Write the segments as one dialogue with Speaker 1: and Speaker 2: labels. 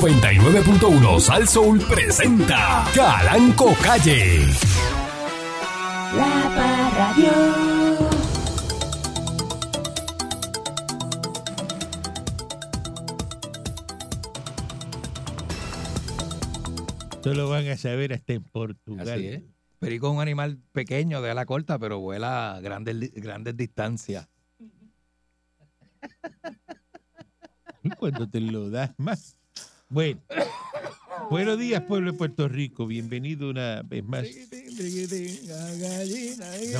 Speaker 1: 99.1 Sal Soul presenta Calanco Calle.
Speaker 2: La Parradio.
Speaker 3: Esto lo van a saber hasta en Portugal.
Speaker 4: Así es. Perico es un animal pequeño de ala corta, pero vuela a grandes, li- grandes distancias.
Speaker 3: Y cuando te lo das más. Bueno. Buenos días, pueblo de Puerto Rico. Bienvenido una vez más. No,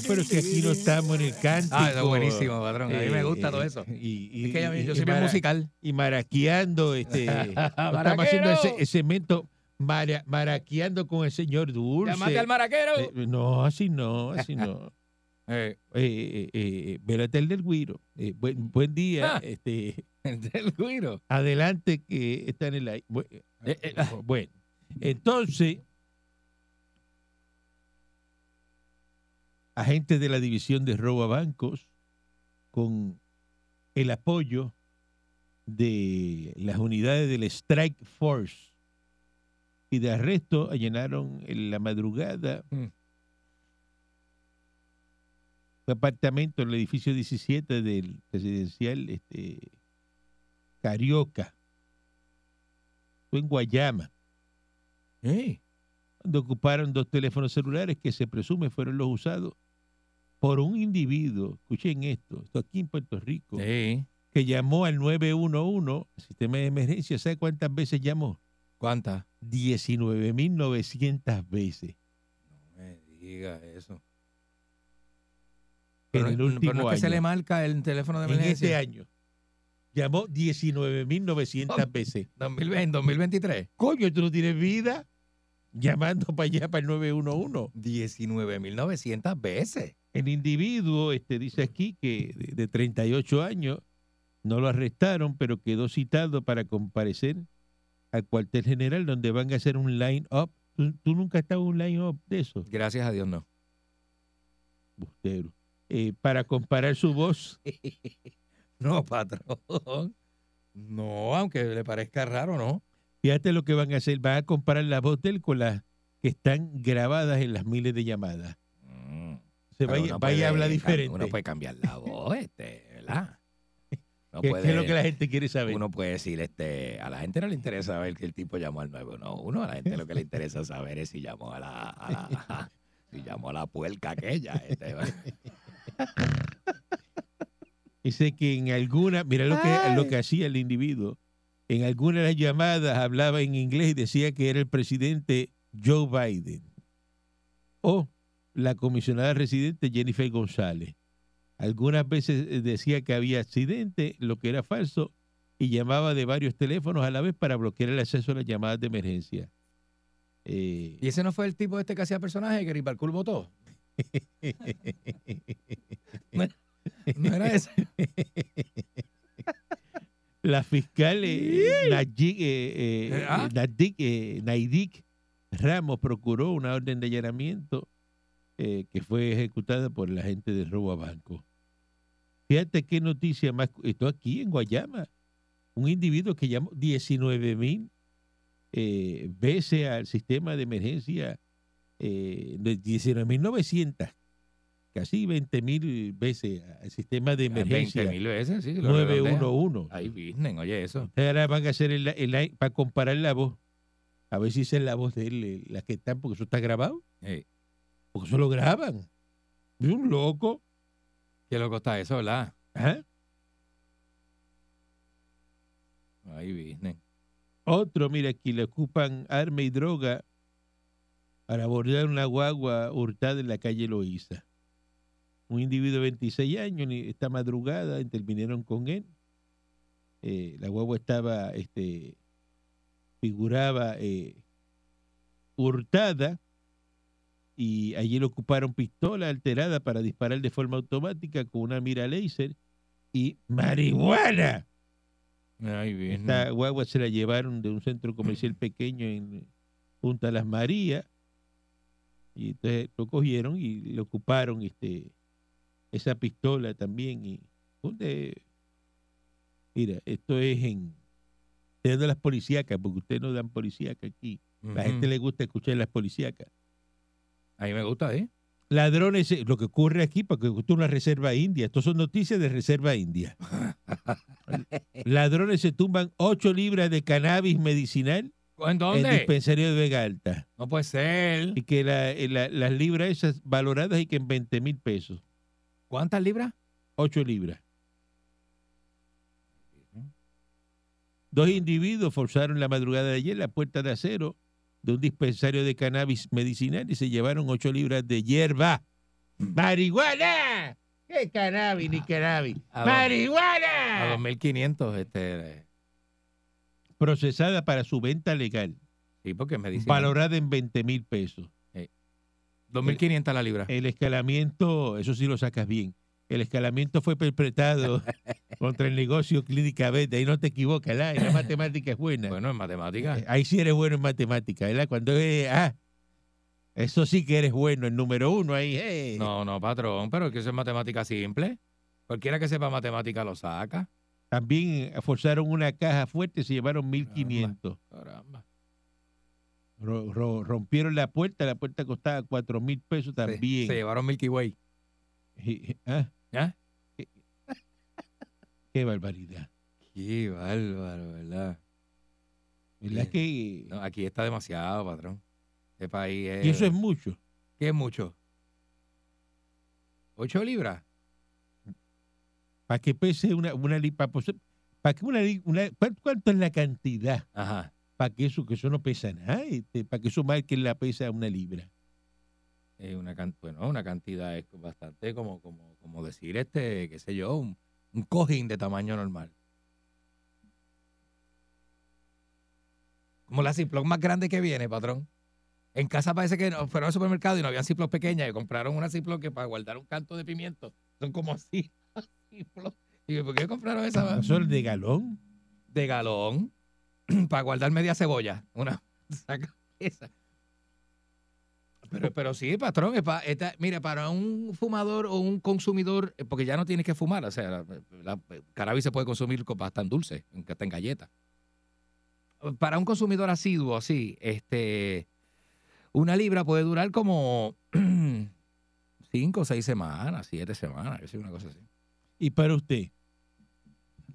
Speaker 3: pero es que aquí no estamos en el cántico.
Speaker 4: Ah, es buenísimo, padrón. A mí
Speaker 3: Eh,
Speaker 4: me gusta todo
Speaker 3: eh,
Speaker 4: eso.
Speaker 3: Y, y-
Speaker 4: Es que yo,
Speaker 3: y-
Speaker 4: yo
Speaker 3: y
Speaker 4: soy bien
Speaker 3: mara-
Speaker 4: musical.
Speaker 3: Y maraqueando, este. estamos haciendo
Speaker 4: Maraquero.
Speaker 3: ese, ese segmento mara- maraqueando con el señor Dulce.
Speaker 4: ¡Llamate al maraquero!
Speaker 3: Eh, no, así no, así no.
Speaker 4: Eh,
Speaker 3: eh, eh, eh, Velatel del Guiro. Eh, buen, buen día.
Speaker 4: Ah.
Speaker 3: Este,
Speaker 4: del güiro.
Speaker 3: adelante que está en el aire. Bu- eh,
Speaker 4: Eh, eh,
Speaker 3: Bueno, entonces, agentes de la división de robo a bancos, con el apoyo de las unidades del Strike Force y de arresto, allanaron en la madrugada
Speaker 4: Mm.
Speaker 3: un apartamento en el edificio 17 del presidencial este, Carioca, fue en Guayama
Speaker 4: eh.
Speaker 3: donde ocuparon dos teléfonos celulares que se presume fueron los usados por un individuo, escuchen esto, esto aquí en Puerto Rico,
Speaker 4: Sí.
Speaker 3: que llamó al 911, sistema de emergencia, ¿sabe cuántas veces llamó?
Speaker 4: ¿Cuántas?
Speaker 3: 19.900 veces
Speaker 4: No me diga eso.
Speaker 3: en
Speaker 4: Pero,
Speaker 3: el
Speaker 4: pero no
Speaker 3: último
Speaker 4: es que se le
Speaker 3: año.
Speaker 4: marca el teléfono de
Speaker 3: En este
Speaker 4: emergencia.
Speaker 3: año. Llamó 19.900 veces.
Speaker 4: 2020, 2023.
Speaker 3: Coño, tú no tienes vida llamando para allá, para el 911.
Speaker 4: 19.900 veces.
Speaker 3: El individuo, este, dice aquí que de, de 38 años, no lo arrestaron, pero quedó citado para comparecer al cuartel general donde van a hacer un line-up. ¿Tú, tú nunca has estado en un line-up de eso,
Speaker 4: Gracias a Dios, no.
Speaker 3: Bustero. Eh, para comparar su voz,
Speaker 4: No, patrón. No, aunque le parezca raro, ¿no?
Speaker 3: fíjate lo que van a hacer, van a comparar la voz de él con las que están grabadas en las miles de llamadas.
Speaker 4: Mm.
Speaker 3: Se
Speaker 4: Pero
Speaker 3: vaya, vaya a
Speaker 4: uno puede
Speaker 3: hablar
Speaker 4: cam-
Speaker 3: diferente.
Speaker 4: Uno puede cambiar la voz, este, ¿verdad? No
Speaker 3: ¿Qué,
Speaker 4: puede,
Speaker 3: qué es lo que la gente quiere saber?
Speaker 4: Uno puede decir, este, a la gente no le interesa saber que el tipo llamó al 911, a la gente lo que le interesa saber es si llamó a la, a la- si llamó a la puerca aquella. este.
Speaker 3: Dice que en alguna, mira lo que, lo que hacía el individuo, en algunas de las llamadas hablaba en inglés y decía que era el presidente Joe Biden o la comisionada residente Jennifer González. Algunas veces eh, decía que había accidente, lo que era falso, y llamaba de varios teléfonos a la vez para bloquear el acceso a las llamadas de emergencia. Eh,
Speaker 4: Y ese no fue el tipo este que hacía personaje que Ribarcul votó.
Speaker 3: eh,
Speaker 4: No era ese.
Speaker 3: La fiscal eh, Najik, eh, eh,
Speaker 4: Eh, ¿ah?
Speaker 3: Najik, eh, Naidik Ramos procuró una orden de allanamiento eh, que fue ejecutada por la gente de robo a banco. Fíjate qué noticia más. cu- Esto aquí en Guayama. Un individuo que llamó 19 mil eh, veces al sistema de emergencia, eh, de 19.900, casi 20 mil veces al sistema de emergencia
Speaker 4: 20 mil veces, sí. lo redondea.
Speaker 3: 911.
Speaker 4: Ahí Disney, oye, eso.
Speaker 3: Ustedes ahora van a hacer el, el- para comparar la voz. A ver si esa es la voz de él, eh, la que está, porque eso está grabado.
Speaker 4: Eh,
Speaker 3: Porque eso lo graban. Es un loco. ¿ah?
Speaker 4: ¿Qué loco está eso, verdad?
Speaker 3: Ajá.
Speaker 4: Ahí Disney.
Speaker 3: Otro, mira, aquí le ocupan arma y droga para abordar una guagua hurtada en la calle Loíza. Un individuo de 26 años, ni- esta madrugada intervinieron con él. Eh, la guagua estaba, este, figuraba eh, hurtada y allí le ocuparon pistola alterada para disparar de forma automática con una mira láser y marihuana.
Speaker 4: Ahí
Speaker 3: Esta
Speaker 4: Disney.
Speaker 3: guagua se la llevaron de un centro comercial pequeño en Punta Las Marías. Y entonces lo cogieron y le ocuparon este, esa pistola también. Y, ¿dónde? Mira, esto es en Estoy dando las policíacas, porque ustedes no dan policíacas aquí. A La gente le gusta escuchar las policíacas.
Speaker 4: A mí me gusta, ¿eh?
Speaker 3: Ladrones, eh, lo que ocurre aquí, porque esto es una reserva india. Estos son noticias de reserva india. Ladrones se tumban 8 libras de cannabis medicinal
Speaker 4: ¿En
Speaker 3: en
Speaker 4: dónde?
Speaker 3: dispensario de Vega Alta.
Speaker 4: Pues No puede ser.
Speaker 3: Y que la- eh, la- las libras esas valoradas y que en 20 mil pesos.
Speaker 4: ¿Cuántas libras?
Speaker 3: 8 libras. Dos individuos forzaron la madrugada de ayer la puerta de acero de un dispensario de cannabis medicinal y se llevaron 8 libras de hierba.
Speaker 4: Mm.
Speaker 3: ¡Marihuana! ¿Qué cannabis
Speaker 4: Ah.
Speaker 3: ni cannabis?
Speaker 4: A dos- A
Speaker 3: ¡Marihuana!
Speaker 4: 2.500, este... eh,
Speaker 3: Procesada para su venta legal,
Speaker 4: Sí, porque me dicen...
Speaker 3: valorada en 20 mil pesos.
Speaker 4: 2.500 la libra.
Speaker 3: El escalamiento, eso sí lo sacas bien. El escalamiento fue perpetrado contra el negocio Clínica Beta. Ahí no te equivocas, la, la matemática es buena.
Speaker 4: Bueno, en
Speaker 3: Eh,
Speaker 4: matemáticas.
Speaker 3: Ahí sí eres bueno en matemática, ¿verdad? Cuando es, ah, eso sí que eres bueno, el número uno ahí, eh.
Speaker 4: No, no, patrón, pero es que eso es matemática simple. Cualquiera que sepa matemática lo saca.
Speaker 3: También forzaron una caja fuerte, se llevaron
Speaker 4: Ah,
Speaker 3: 1.500.
Speaker 4: Caramba.
Speaker 3: Ro- ro- rompieron la puerta, la puerta costaba 4.000 pesos
Speaker 4: Se-
Speaker 3: también.
Speaker 4: Se, llevaron Milky Way.
Speaker 3: Y- ah,
Speaker 4: ¿Ah?
Speaker 3: Qué barbaridad.
Speaker 4: Qué bárbaro, ¿verdad?
Speaker 3: ¿Verdad
Speaker 4: Sí.
Speaker 3: que-
Speaker 4: No, aquí está demasiado, patrón. Este país es...
Speaker 3: Y eso es mucho.
Speaker 4: ¿Qué es mucho? ¿Ocho libras?
Speaker 3: Para que pese una, una lipa. pues, Para que una, li- una- ¿cuán- ¿Cuánto es la cantidad?
Speaker 4: Ajá.
Speaker 3: Para que eso, que eso no pesa nada. este, para que eso marque la pesa una libra.
Speaker 4: Eh, una, can- bueno, una cantidad es bastante como, como, como decir, este, qué sé yo, un, un cojín de tamaño normal. Como la Ziploc más grande que viene, patrón. En casa parece que no- fueron al supermercado y no había Ziploc pequeñas y compraron una Ziploc que para guardar un canto de pimiento son como así. Ziploc. Y yo, ¿por qué compraron esa? más?
Speaker 3: Eso es de galón.
Speaker 4: de galón para guardar media cebolla. Una saca esa. Pero, pero sí, patrón, es pa- esta- mire, para un fumador o un consumidor, eh, porque ya no tienes que fumar, o sea, la, la- cannabis se puede consumir con bastante dulce, en- hasta en galletas. Para un consumidor asiduo, así, este, una libra puede durar como cinco o seis semanas, siete semanas, yo sé, una cosa así.
Speaker 3: Y para usted,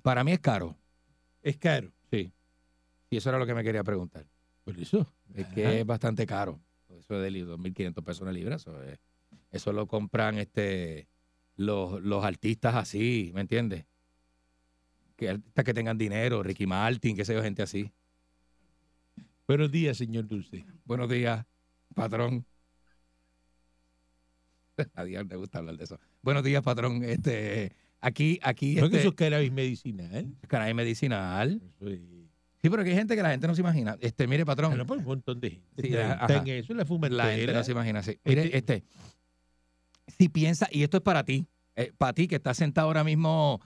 Speaker 4: Para mí es caro,
Speaker 3: es caro.
Speaker 4: sí. Y eso era lo que me quería preguntar.
Speaker 3: Por eso.
Speaker 4: Es que es bastante caro. Eso es de li- 2.500 pesos una libra. Eso, es- eso lo compran este los, los artistas así, ¿me entiendes? Que artistas que tengan dinero, Ricky Martin, qué sé yo, gente así.
Speaker 3: Buenos días, señor Dulce.
Speaker 4: Buenos días, patrón. A Dios le gusta hablar de eso. Buenos días, patrón. Este, aquí, aquí,
Speaker 3: No que
Speaker 4: este,
Speaker 3: eso es cannabis medicinal.
Speaker 4: canal medicinal.
Speaker 3: Eso es-
Speaker 4: Sí, pero que hay gente que la gente no se imagina. Este, mire,
Speaker 3: Ah,
Speaker 4: patrón.
Speaker 3: no, pues un montón de gente.
Speaker 4: Sí,
Speaker 3: está,
Speaker 4: ajá.
Speaker 3: está en eso, la fuma
Speaker 4: La gente
Speaker 3: entera.
Speaker 4: no se imagina así. Mire,
Speaker 3: Este-
Speaker 4: este, si piensa, y esto es para ti, eh, para ti que estás sentado ahora mismo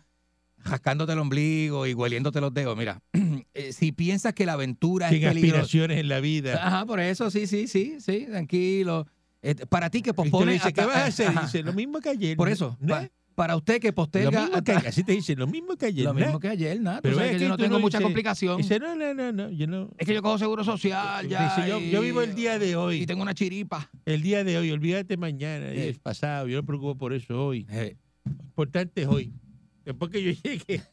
Speaker 4: jascándote el ombligo y hueliéndote los dedos, mira, eh, si piensas que la aventura
Speaker 3: Sin
Speaker 4: es peligrosa.
Speaker 3: aspiraciones en la vida.
Speaker 4: Ajá, por eso, sí, sí, sí, sí, tranquilo. Este, para ti que
Speaker 3: Y usted le
Speaker 4: pospone.
Speaker 3: dice, ¿qué
Speaker 4: hasta-
Speaker 3: vas a hacer?
Speaker 4: ajá.
Speaker 3: Dice, lo mismo que ayer.
Speaker 4: por eso,
Speaker 3: ¿no?
Speaker 4: pa- para usted que
Speaker 3: Lo
Speaker 4: posterga.
Speaker 3: mismo que
Speaker 4: hasta-
Speaker 3: ayer. Así te dicen, lo mismo que ayer.
Speaker 4: lo
Speaker 3: ¿no?
Speaker 4: mismo que ayer, nada. Tú
Speaker 3: Pero
Speaker 4: sabes
Speaker 3: es
Speaker 4: que
Speaker 3: que
Speaker 4: yo no
Speaker 3: tú no
Speaker 4: tengo mucha
Speaker 3: dices-
Speaker 4: complicación.
Speaker 3: Dice, no, no, no, no, yo no.
Speaker 4: Es que yo cojo seguro social ya.
Speaker 3: Dice, yo, yo
Speaker 4: y-
Speaker 3: vivo el día de hoy.
Speaker 4: Y tengo una chiripa.
Speaker 3: El día de hoy, olvídate mañana,
Speaker 4: Sí.
Speaker 3: el pasado. Yo no me preocupo por eso hoy. Lo importante es hoy. Después que yo llegue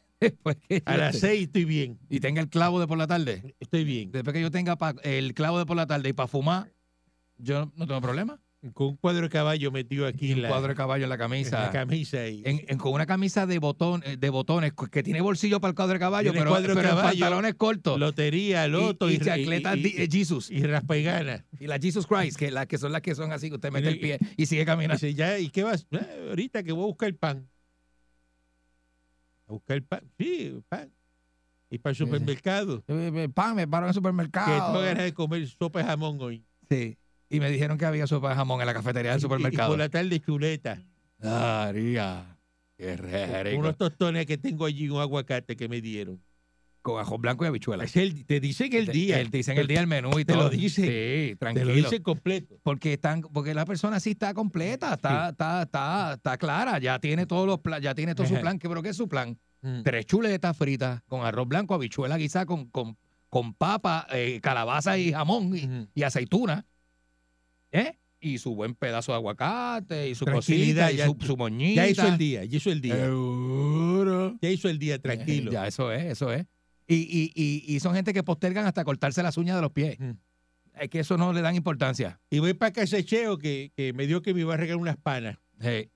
Speaker 4: Pues, ¿qué
Speaker 3: a las
Speaker 4: haces?
Speaker 3: seis, estoy bien.
Speaker 4: y tenga el clavo de por la tarde.
Speaker 3: Estoy bien.
Speaker 4: Después que yo tenga pa- el clavo de por la tarde y para fumar, yo no tengo problema.
Speaker 3: Con un cuadro de caballo metido aquí en
Speaker 4: Un
Speaker 3: la,
Speaker 4: cuadro de caballo en la
Speaker 3: en la
Speaker 4: camisa.
Speaker 3: camisa. Y,
Speaker 4: en- en- con una camisa de botón, eh, de botones cu- que tiene bolsillo para el cuadro de caballo,
Speaker 3: Tiene
Speaker 4: pero,
Speaker 3: cuadro de
Speaker 4: pero en
Speaker 3: caballo,
Speaker 4: pantalones cortos.
Speaker 3: lotería, loto
Speaker 4: y,
Speaker 3: y,
Speaker 4: y chancletas
Speaker 3: y-
Speaker 4: di- eh,
Speaker 3: y-
Speaker 4: Jesus.
Speaker 3: y raspa y gana.
Speaker 4: Y las Jesus Christ, que, las que son las que son así, que usted mete el
Speaker 3: Mira,
Speaker 4: pie y sigue caminando.
Speaker 3: Dice, ya, ¿y qué vas? "Ah, ahorita que voy a buscar el pan. A buscar el pan. Sí, pan. Y para el
Speaker 4: sí. Ah.
Speaker 3: supermercado.
Speaker 4: Eh, eh, Pa, me paro en
Speaker 3: Que tengo
Speaker 4: el supermercado.
Speaker 3: ganas de comer sopa de jamón hoy.
Speaker 4: Sí. Y me dijeron que había sopa de jamón en la cafetería
Speaker 3: Y- y-
Speaker 4: del
Speaker 3: Y,
Speaker 4: supermercado.
Speaker 3: por la tarde chuleta.
Speaker 4: Daría. Qué rico.
Speaker 3: Unos tostones que tengo allí, un aguacate que me dieron.
Speaker 4: Con ajo blanco y habichuela.
Speaker 3: Es el- te dicen el
Speaker 4: Te-
Speaker 3: día.
Speaker 4: te dicen el día el menú y
Speaker 3: te
Speaker 4: todo.
Speaker 3: lo dicen.
Speaker 4: Sí,
Speaker 3: Te
Speaker 4: tranquilo.
Speaker 3: lo dicen completo.
Speaker 4: Porque están, porque la persona sí está completa, está, está, está, está clara, ya tiene todos los pla- ya tiene todo su
Speaker 3: Ajá.
Speaker 4: plan. ¿Qué- ¿Pero qué es su plan?
Speaker 3: Mm.
Speaker 4: tres chuletas fritas con arroz blanco, habichuela guisada con, con, con papa, eh, calabaza y jamón y,
Speaker 3: Ujú.
Speaker 4: y aceituna. ¿Eh? Y su buen pedazo de aguacate y su
Speaker 3: Tranquilidad,
Speaker 4: cosita y
Speaker 3: ya-
Speaker 4: su, su moñita.
Speaker 3: Ya hizo el día, ya hizo el día.
Speaker 4: Seguro.
Speaker 3: Ya hizo el día, tranquilo.
Speaker 4: Eh, Ya, eso es, eso es. Y, y, y, y son gente que postergan hasta cortarse las uñas de los pies.
Speaker 3: Mm.
Speaker 4: Es que eso no le dan importancia.
Speaker 3: Y voy para casa de Cheo que, que me dio que me iba a regalar unas panas.
Speaker 4: Sí.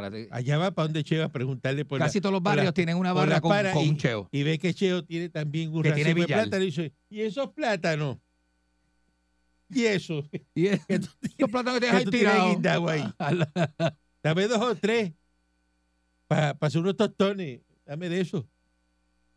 Speaker 4: Espérate.
Speaker 3: Allá va para donde Cheo a preguntarle por la-
Speaker 4: Casi todos los
Speaker 3: por la-
Speaker 4: barrios tienen una
Speaker 3: por
Speaker 4: barra
Speaker 3: las
Speaker 4: con,
Speaker 3: paras
Speaker 4: con
Speaker 3: y-
Speaker 4: un cheo.
Speaker 3: Y ve que Cheo tiene también un
Speaker 4: Que
Speaker 3: racimo
Speaker 4: tiene
Speaker 3: de
Speaker 4: billar.
Speaker 3: plátano y dice, ¿y esos plátanos? ¿Y eso?
Speaker 4: Y es- los plátanos que te
Speaker 3: que
Speaker 4: dejan
Speaker 3: tú tienes
Speaker 4: tirados.
Speaker 3: guindagua ahí. Dame dos o tres para hacer unos tostones. Dame de eso.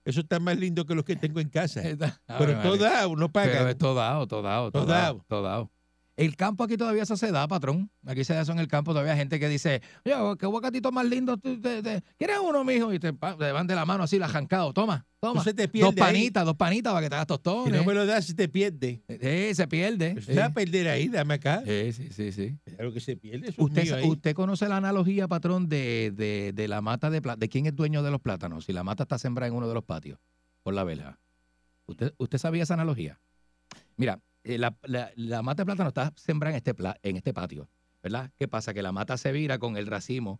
Speaker 3: Eso está más lindo que los que tengo en casa.
Speaker 4: Eh,
Speaker 3: Pero todo dado, no
Speaker 4: Pero
Speaker 3: paga.
Speaker 4: es todo dado, todo dado, todo
Speaker 3: Todo
Speaker 4: dado,
Speaker 3: dado.
Speaker 4: todo dado. El campo aquí todavía eso se da, patrón. Aquí se da eso en el campo. Todavía hay gente que dice, oye, qué aguacatito más lindo. tú- te- te- ¿Quieres uno, mijo? Y te, pa- te van de la mano así, la jancado. Toma,
Speaker 3: No
Speaker 4: toma.
Speaker 3: se te
Speaker 4: Dos
Speaker 3: pierde ahí.
Speaker 4: panitas, dos panitas para que te hagas
Speaker 3: Si
Speaker 4: tostones.
Speaker 3: no me lo das, se te pierde.
Speaker 4: Eh, se pierde.
Speaker 3: Eso Se va a perder ahí, dame acá.
Speaker 4: Eh, sí, sí, sí.
Speaker 3: Claro que se pierde. Eso es mío
Speaker 4: ¿Usted,
Speaker 3: ahí.
Speaker 4: usted conoce la analogía, patrón, de, de- de la mata de plátanos? ¿De quién es dueño de los plátanos? Si la mata está sembrada en uno de los patios, por la verja. ¿Usted, usted sabía esa analogía? Mira, eh, la, la- la mata de plátano está sembrada en este, pla- en este patio, ¿verdad? ¿Qué pasa? Que la mata se vira con el racimo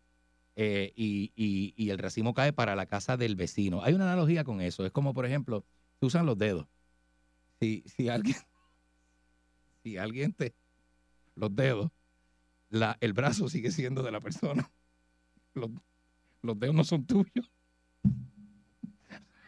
Speaker 4: eh, y, y- y el racimo cae para la casa del vecino. Hay una analogía con eso. Es como, por ejemplo, se usan los dedos. Si, si alguien... Si alguien te... Los dedos la- el brazo sigue siendo de la persona. Los, los dedos no son tuyos.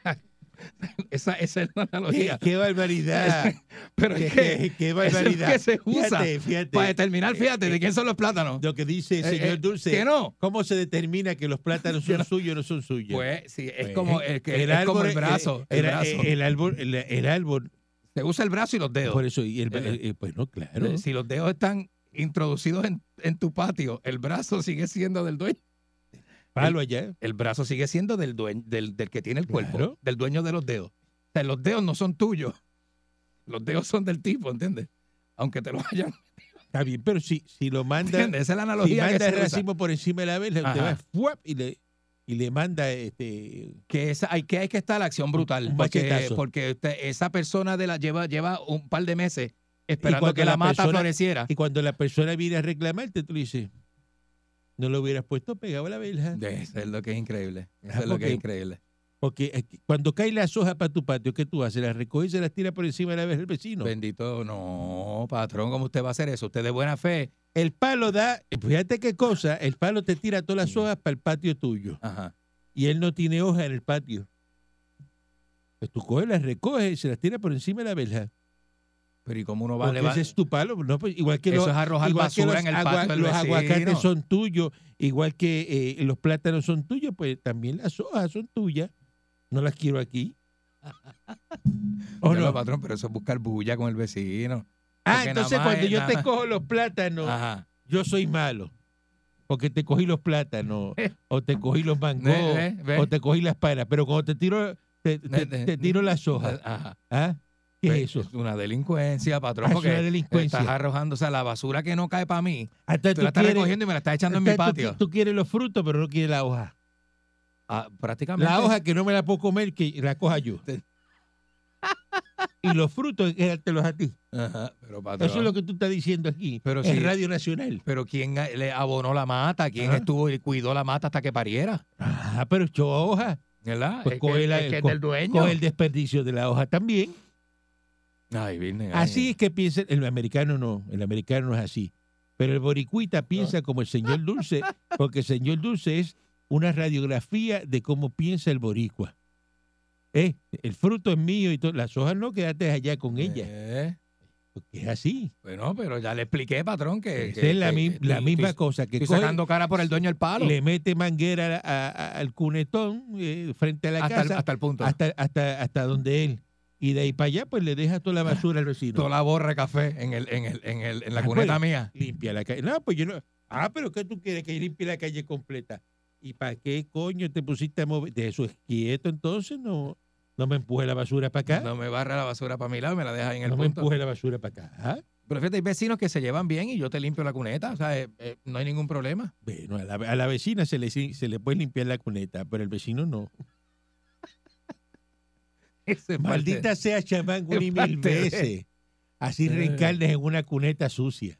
Speaker 4: esa, esa es la
Speaker 3: Qué,
Speaker 4: analogía.
Speaker 3: qué barbaridad.
Speaker 4: Pero
Speaker 3: qué,
Speaker 4: es que
Speaker 3: qué- qué
Speaker 4: eso es
Speaker 3: barbaridad.
Speaker 4: que se usa
Speaker 3: Fíjate, fíjate.
Speaker 4: para determinar, fíjate, de quién son los plátanos.
Speaker 3: Lo que dice el
Speaker 4: Eh,
Speaker 3: señor
Speaker 4: eh,
Speaker 3: Dulce.
Speaker 4: ¿Que no?
Speaker 3: ¿Cómo se determina que los plátanos
Speaker 4: Que
Speaker 3: son
Speaker 4: no.
Speaker 3: suyos o no son suyos?
Speaker 4: Pues sí, es
Speaker 3: Pues,
Speaker 4: como el, que- es como el brazo.
Speaker 3: eh,
Speaker 4: El,
Speaker 3: era-
Speaker 4: brazo.
Speaker 3: eh, el árbol, el, el árbol,
Speaker 4: se usa el brazo y los dedos.
Speaker 3: por eso, y el,
Speaker 4: Eh,
Speaker 3: eh, pues no, claro.
Speaker 4: Si los dedos están introducidos en, en tu patio, el brazo sigue siendo del dueño.
Speaker 3: Palo allá.
Speaker 4: El brazo sigue siendo del, dueño, del, del que tiene el cuerpo,
Speaker 3: Claro.
Speaker 4: del dueño de los dedos. O sea, los dedos no son tuyos. Los dedos son del tipo, ¿entiendes? Aunque te lo hayan.
Speaker 3: Está bien, pero si, si lo manda,
Speaker 4: ¿Entiendes? Esa es la
Speaker 3: si
Speaker 4: analogía que
Speaker 3: manda el
Speaker 4: se usa.
Speaker 3: racimo por encima de la verja, usted
Speaker 4: Ajá.
Speaker 3: va ¡fuap! y le, y le manda este.
Speaker 4: Que, esa, hay, que hay que estar la acción brutal.
Speaker 3: Un
Speaker 4: Porque,
Speaker 3: machetazo.
Speaker 4: porque usted- esa persona de la, lleva, lleva un par de meses esperando
Speaker 3: cuando
Speaker 4: que la,
Speaker 3: la
Speaker 4: mata
Speaker 3: persona-
Speaker 4: floreciera.
Speaker 3: Y cuando la persona viene a reclamarte, tú le dices, no lo hubieras puesto pegado a la verja.
Speaker 4: Eso es lo que es increíble. Eso
Speaker 3: Ajá,
Speaker 4: es lo que
Speaker 3: Ah, porque-
Speaker 4: es increíble.
Speaker 3: Porque eh, cuando caen las hojas para tu patio, ¿qué tú haces? ¿Las recoges y se las tiras por encima de la verja del vecino?
Speaker 4: Bendito, no, patrón, ¿cómo usted va a hacer eso? Usted de buena fe.
Speaker 3: El palo da, fíjate qué cosa, el palo te tira todas las hojas para el patio tuyo.
Speaker 4: Ajá.
Speaker 3: Y él no tiene hojas en el patio. Pues tú coges, las recoges y se las tiras por encima de la verja.
Speaker 4: Pero ¿y cómo uno va a
Speaker 3: Porque
Speaker 4: levar?
Speaker 3: ese es tu palo. no, pues, igual que los,
Speaker 4: Eso es arrojar
Speaker 3: igual que
Speaker 4: basura
Speaker 3: los
Speaker 4: en el
Speaker 3: agua-
Speaker 4: patio del
Speaker 3: los
Speaker 4: vecino.
Speaker 3: aguacates son tuyos, igual que eh, los plátanos son tuyos, pues también las hojas son tuyas. No las quiero aquí. ¿O
Speaker 4: Ya
Speaker 3: Oh, no?
Speaker 4: lo, patrón, pero eso es buscar bulla con el vecino.
Speaker 3: Ah,
Speaker 4: porque
Speaker 3: entonces
Speaker 4: nada más
Speaker 3: cuando
Speaker 4: es-
Speaker 3: yo te
Speaker 4: nada-
Speaker 3: cojo los plátanos,
Speaker 4: Ajá.
Speaker 3: yo soy malo. Porque te cogí los plátanos, o te cogí los mangos,
Speaker 4: Ve, ve, ve.
Speaker 3: o te cogí las panas. Pero cuando te tiro, te, te-
Speaker 4: Ve, ve.
Speaker 3: te tiro las hojas.
Speaker 4: Ajá.
Speaker 3: ¿ah? ¿Qué
Speaker 4: Ve,
Speaker 3: es eso?
Speaker 4: una delincuencia, patrón,
Speaker 3: Ah, es
Speaker 4: porque
Speaker 3: una delincuencia.
Speaker 4: estás arrojando, o sea, la basura que no cae para mí,
Speaker 3: Ah, entonces
Speaker 4: tú la estás
Speaker 3: quieres-
Speaker 4: recogiendo y me la estás echando en mi
Speaker 3: entonces tú
Speaker 4: patio.
Speaker 3: qui- tú quieres los frutos, pero no quieres la hoja.
Speaker 4: Ah, prácticamente.
Speaker 3: La hoja que no me la puedo comer, que la coja yo.
Speaker 4: Te-
Speaker 3: y los frutos, eh, los a ti.
Speaker 4: Ajá, pero patrón.
Speaker 3: Eso es lo que tú estás diciendo aquí
Speaker 4: Pero
Speaker 3: en
Speaker 4: sí.
Speaker 3: Radio Nacional.
Speaker 4: Pero quién a- le abonó la mata, quién
Speaker 3: Ajá.
Speaker 4: estuvo y cuidó la mata hasta que pariera,
Speaker 3: Ah, pero echó hoja.
Speaker 4: ¿verdad?
Speaker 3: Pues
Speaker 4: Es
Speaker 3: coge
Speaker 4: que,
Speaker 3: la-
Speaker 4: es que es
Speaker 3: co-
Speaker 4: del dueño.
Speaker 3: Con el desperdicio de la hoja también.
Speaker 4: Ay, virgen, ay.
Speaker 3: Así es que piensa, el americano no, el americano no es así. Pero el boricuita piensa como el señor Dulce, porque el señor Dulce es una radiografía de cómo piensa el boricua. Eh, el fruto es mío y todo, las hojas no, quédate allá con ellas,
Speaker 4: Eh,
Speaker 3: porque es así.
Speaker 4: bueno, pero ya le expliqué, patrón, que.
Speaker 3: Esa
Speaker 4: Eh, que-
Speaker 3: es la,
Speaker 4: que-
Speaker 3: mi-
Speaker 4: estoy-
Speaker 3: la
Speaker 4: estoy-
Speaker 3: misma cosa que
Speaker 4: Estoy
Speaker 3: coge,
Speaker 4: sacando cara por el dueño del palo.
Speaker 3: le mete manguera a- a- al cunetón eh, frente a la
Speaker 4: hasta, el,
Speaker 3: casa
Speaker 4: hasta el punto.
Speaker 3: hasta, hasta, hasta donde él. Y de ahí para allá, pues le deja toda la basura al vecino.
Speaker 4: toda la borra de café en, el, en, el, en, el, en la
Speaker 3: Ah,
Speaker 4: cuneta
Speaker 3: pues.
Speaker 4: mía.
Speaker 3: Limpia la calle. No, pues yo no. Ah, pero ¿qué tú quieres? Que yo limpie la calle completa. ¿Y para qué coño te pusiste a mover? De eso es quieto, entonces no, no me empuje la basura para acá.
Speaker 4: No me barra la basura para mi lado y me la deja ahí en
Speaker 3: No,
Speaker 4: el
Speaker 3: me
Speaker 4: punto.
Speaker 3: empuje la basura para acá. Ah,
Speaker 4: Pero fíjate, hay vecinos que se llevan bien y yo te limpio la cuneta. O sea, eh, eh, no hay ningún problema.
Speaker 3: Bueno, a la, a la vecina se le, si- se le puede limpiar la cuneta, pero el vecino no.
Speaker 4: Eso es parte-
Speaker 3: Maldita sea chamán una y
Speaker 4: es
Speaker 3: mil
Speaker 4: parte de-
Speaker 3: veces. Así
Speaker 5: Eh.
Speaker 3: reencarnes en una cuneta sucia.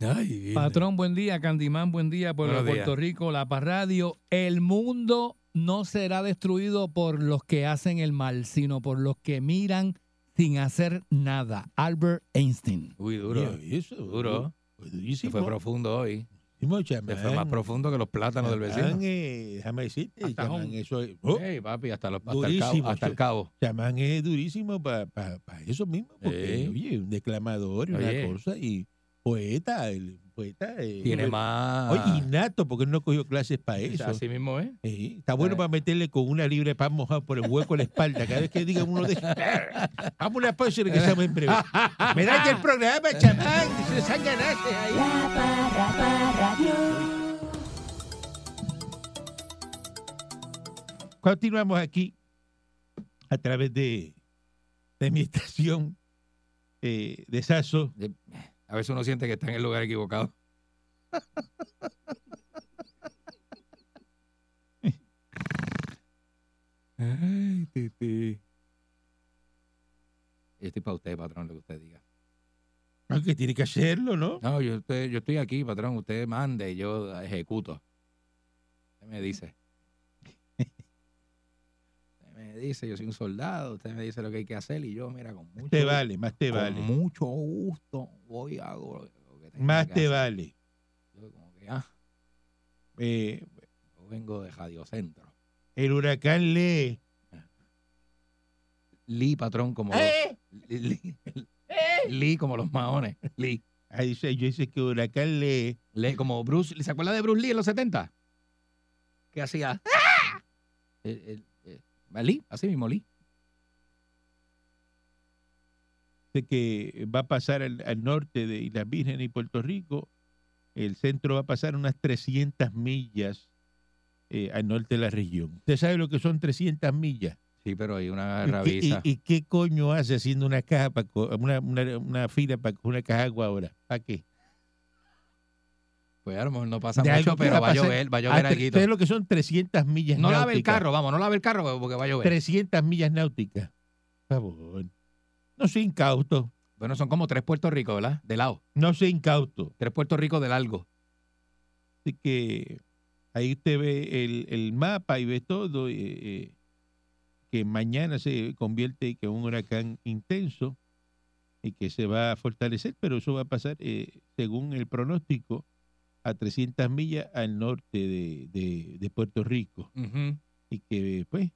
Speaker 5: Ay,
Speaker 6: Patrón, buen día. Candimán, buen día. Pueblo de
Speaker 4: Buenos
Speaker 6: Puerto Rico, La Paz Radio. El mundo no será destruido por los que hacen el mal, sino por los que miran sin hacer nada. Albert Einstein.
Speaker 4: Uy, duro.
Speaker 3: Mira, eso,
Speaker 4: Duro.
Speaker 3: fue
Speaker 4: Se
Speaker 3: Durísimo.
Speaker 4: fue profundo hoy.
Speaker 3: Durísimo,
Speaker 4: Se
Speaker 3: chamán.
Speaker 4: fue más profundo que los plátanos del
Speaker 3: Chamán,
Speaker 4: vecino.
Speaker 3: eh, déjame decirte,
Speaker 4: Hasta
Speaker 3: chamán,
Speaker 4: un-
Speaker 3: eso es, oh,
Speaker 4: Ey, papi, hasta, los, hasta el
Speaker 3: Durísimo,
Speaker 4: cabo. Hasta el
Speaker 3: sí.
Speaker 4: cabo.
Speaker 3: chamán es durísimo para eso mismo, porque,
Speaker 4: Eh.
Speaker 3: oye, un declamador y
Speaker 4: Oye.
Speaker 3: una cosa, y poeta, el poeta. eh,
Speaker 4: Tiene
Speaker 3: oye,
Speaker 4: más.
Speaker 3: Oye, innato, porque él no cogió clases para
Speaker 4: O
Speaker 3: eso.
Speaker 4: sea, Así mismo, ¿eh?
Speaker 3: Sí, está bueno para meterle con una libre de pan mojado por el hueco de la espalda. Cada vez que digan uno de Vamos a una pausa y regresamos en breve. Me
Speaker 4: Ah.
Speaker 3: da que el programa, chamán. Se les han ganado ahí.
Speaker 2: La Parra Radio.
Speaker 3: Continuamos aquí a través de, de mi estación eh, de Saso.
Speaker 4: A veces uno siente que está en el lugar equivocado. Ay, titi. Yo estoy para usted, patrón, lo que usted diga.
Speaker 3: Aunque tiene que hacerlo, ¿no?
Speaker 4: No, yo, estoy- yo estoy aquí, patrón. Usted mande y yo ejecuto. Usted me dice. usted me dice, yo soy un soldado. Usted me dice lo que hay que hacer y yo, mira, con mucho
Speaker 3: Te Este vale, más te
Speaker 4: con
Speaker 3: vale.
Speaker 4: mucho gusto voy a hago lo que tenga
Speaker 3: Más
Speaker 4: que
Speaker 3: te
Speaker 4: hacer.
Speaker 3: vale.
Speaker 4: Yo como que, ah,
Speaker 3: Eh,
Speaker 4: yo vengo de Radiocentro.
Speaker 3: el huracán lee.
Speaker 4: Lee, patrón, como
Speaker 3: ¡Eh!
Speaker 4: los... Lee, Lee como los maones. Lee.
Speaker 3: Ahí dice, yo dice que huracán lee.
Speaker 4: Lee como Bruce... ¿Se acuerda de Bruce Lee en los 70? ¿Qué hacía? ¡ah! El- el- el- Lee, así mismo, Lee.
Speaker 3: dice que va a pasar al, al norte de Islas Vírgenes y Puerto Rico. El centro va a pasar unas 300 millas eh, al norte de la región. ¿Usted sabe lo que son 300 millas?
Speaker 4: Sí, pero hay
Speaker 3: ¿Y
Speaker 4: una
Speaker 3: qué, y-
Speaker 4: rabiza.
Speaker 3: y qué coño hace haciendo una caja para una, una, una fila para una caja de agua ahora? ¿Para qué?
Speaker 4: Pues a lo mejor no pasa
Speaker 3: de
Speaker 4: mucho,
Speaker 3: algo que
Speaker 4: pero
Speaker 3: va
Speaker 4: va
Speaker 3: a
Speaker 4: a
Speaker 3: pasar
Speaker 4: llover, va a
Speaker 3: Ah,
Speaker 4: llover
Speaker 3: tre-
Speaker 4: alguito.
Speaker 3: ¿Usted es lo que son 300 millas
Speaker 4: No lave
Speaker 3: náuticas?
Speaker 4: el carro, pues. vamos, no lave el carro porque va a llover.
Speaker 3: 300 millas náuticas. Por favor. No soy incauto.
Speaker 4: Bueno, son como tres Puerto Rico, ¿verdad? De lado.
Speaker 3: No soy incauto.
Speaker 4: Tres Puerto Rico de largo.
Speaker 3: Así que ahí usted ve el, el mapa y ve todo, eh, eh, que mañana se convierte en un huracán intenso y que se va a fortalecer, pero eso va a pasar, eh, según el pronóstico, a 300 millas al norte de, de- de Puerto Rico.
Speaker 4: Ujú.
Speaker 3: Y que, pues,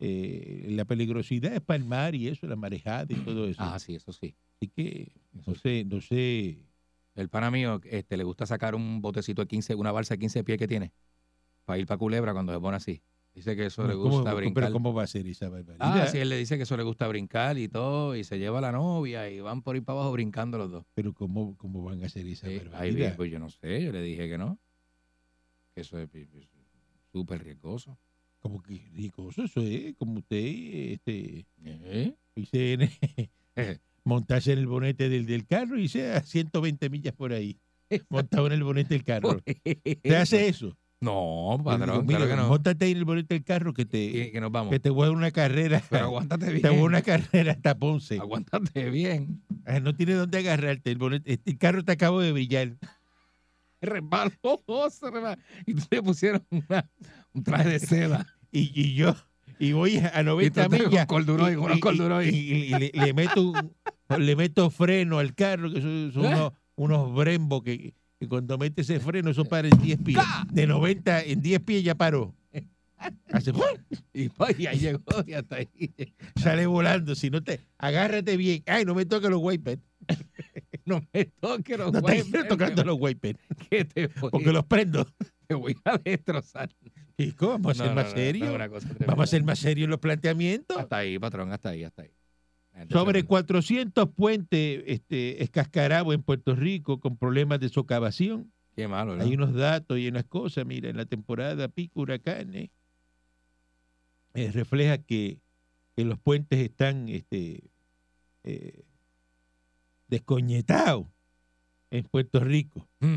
Speaker 3: eh, la peligrosidad es para el mar y eso, la marejada y todo eso.
Speaker 4: Ah, sí, eso sí.
Speaker 3: Así que,
Speaker 4: Eso
Speaker 3: no
Speaker 4: sí.
Speaker 3: sé, no sé.
Speaker 4: El pana mío este, le gusta sacar un botecito de 15, una balsa de 15 pies que tiene, para ir para Culebra cuando se pone así. Dice que eso le
Speaker 3: ¿cómo-
Speaker 4: gusta
Speaker 3: cómo-
Speaker 4: brincar.
Speaker 3: pero ¿cómo va a ser esa barbaridad?
Speaker 4: ah, sí, él le dice que eso le gusta brincar y todo, y se lleva a la novia y van por ahí para abajo brincando los dos.
Speaker 3: Pero ¿cómo, cómo van a hacer esa
Speaker 4: Sí, ahí
Speaker 3: barbaridad?
Speaker 4: vi, pues yo no sé, yo le dije que no. Que eso es pi- pi- súper riesgoso.
Speaker 3: Como que rico, eso eso es, como usted este,
Speaker 4: ¿Eh?
Speaker 3: dice en- montarse en el bonete del, del carro y sea a 120 millas por ahí, montado en el bonete del carro. ¿Te hace eso?
Speaker 4: No,
Speaker 3: Yo le digo,
Speaker 4: patrón, claro
Speaker 3: mira,
Speaker 4: que no.
Speaker 3: Móntate ahí en el bonete del carro que
Speaker 4: Que,
Speaker 3: te,
Speaker 4: que nos vamos.
Speaker 3: que te voy a dar una carrera.
Speaker 4: Pero aguántate
Speaker 3: Te voy a dar
Speaker 4: bien.
Speaker 3: una carrera hasta Ponce.
Speaker 4: Aguántate bien.
Speaker 3: Ah, No tiene dónde agarrarte. El, bonete- este, el carro te acabo de brillar.
Speaker 4: Resbaló, oh, se resbaló. Y tú le pusieron una- un traje de seda.
Speaker 3: Y, y yo, y voy a
Speaker 4: Y tú
Speaker 3: 90
Speaker 4: te- con
Speaker 3: millas.
Speaker 4: corduroy, con unos corduroy.
Speaker 3: y- y- y le, le meto un- le meto freno al carro, que son, son
Speaker 4: ¿Eh?
Speaker 3: unos, unos brembos que, que cuando mete ese freno, eso para en 10 pies. De 90, en 10 pies ya paró. Hace ¡pum!
Speaker 4: Y, pa, y ahí llegó y hasta ahí.
Speaker 3: sale volando. Si no te, agárrate bien. Ay, no me toques los wipers.
Speaker 4: No me toques los eh.
Speaker 3: No
Speaker 4: Pues,
Speaker 3: te
Speaker 4: huevos,
Speaker 3: quiero tocando los wipers,
Speaker 4: que te voy,
Speaker 3: porque los prendo.
Speaker 4: te voy a destrozar.
Speaker 3: Chico, vamos a ser
Speaker 4: No, no,
Speaker 3: más
Speaker 4: no,
Speaker 3: serios.
Speaker 4: no, Ah, una cosa
Speaker 3: vamos a
Speaker 4: tremenda.
Speaker 3: ser más serios en los planteamientos.
Speaker 4: Hasta ahí, patrón, hasta ahí, hasta ahí. La gente
Speaker 3: Sobre
Speaker 4: tremenda.
Speaker 3: 400 puentes este, escascarabo en Puerto Rico con problemas de socavación.
Speaker 4: Qué malo, ¿verdad?
Speaker 3: Hay unos datos y unas cosas, mira, en la temporada pico huracanes eh, refleja que, que los puentes están este, eh, descoñetado en Puerto Rico.
Speaker 4: Mm.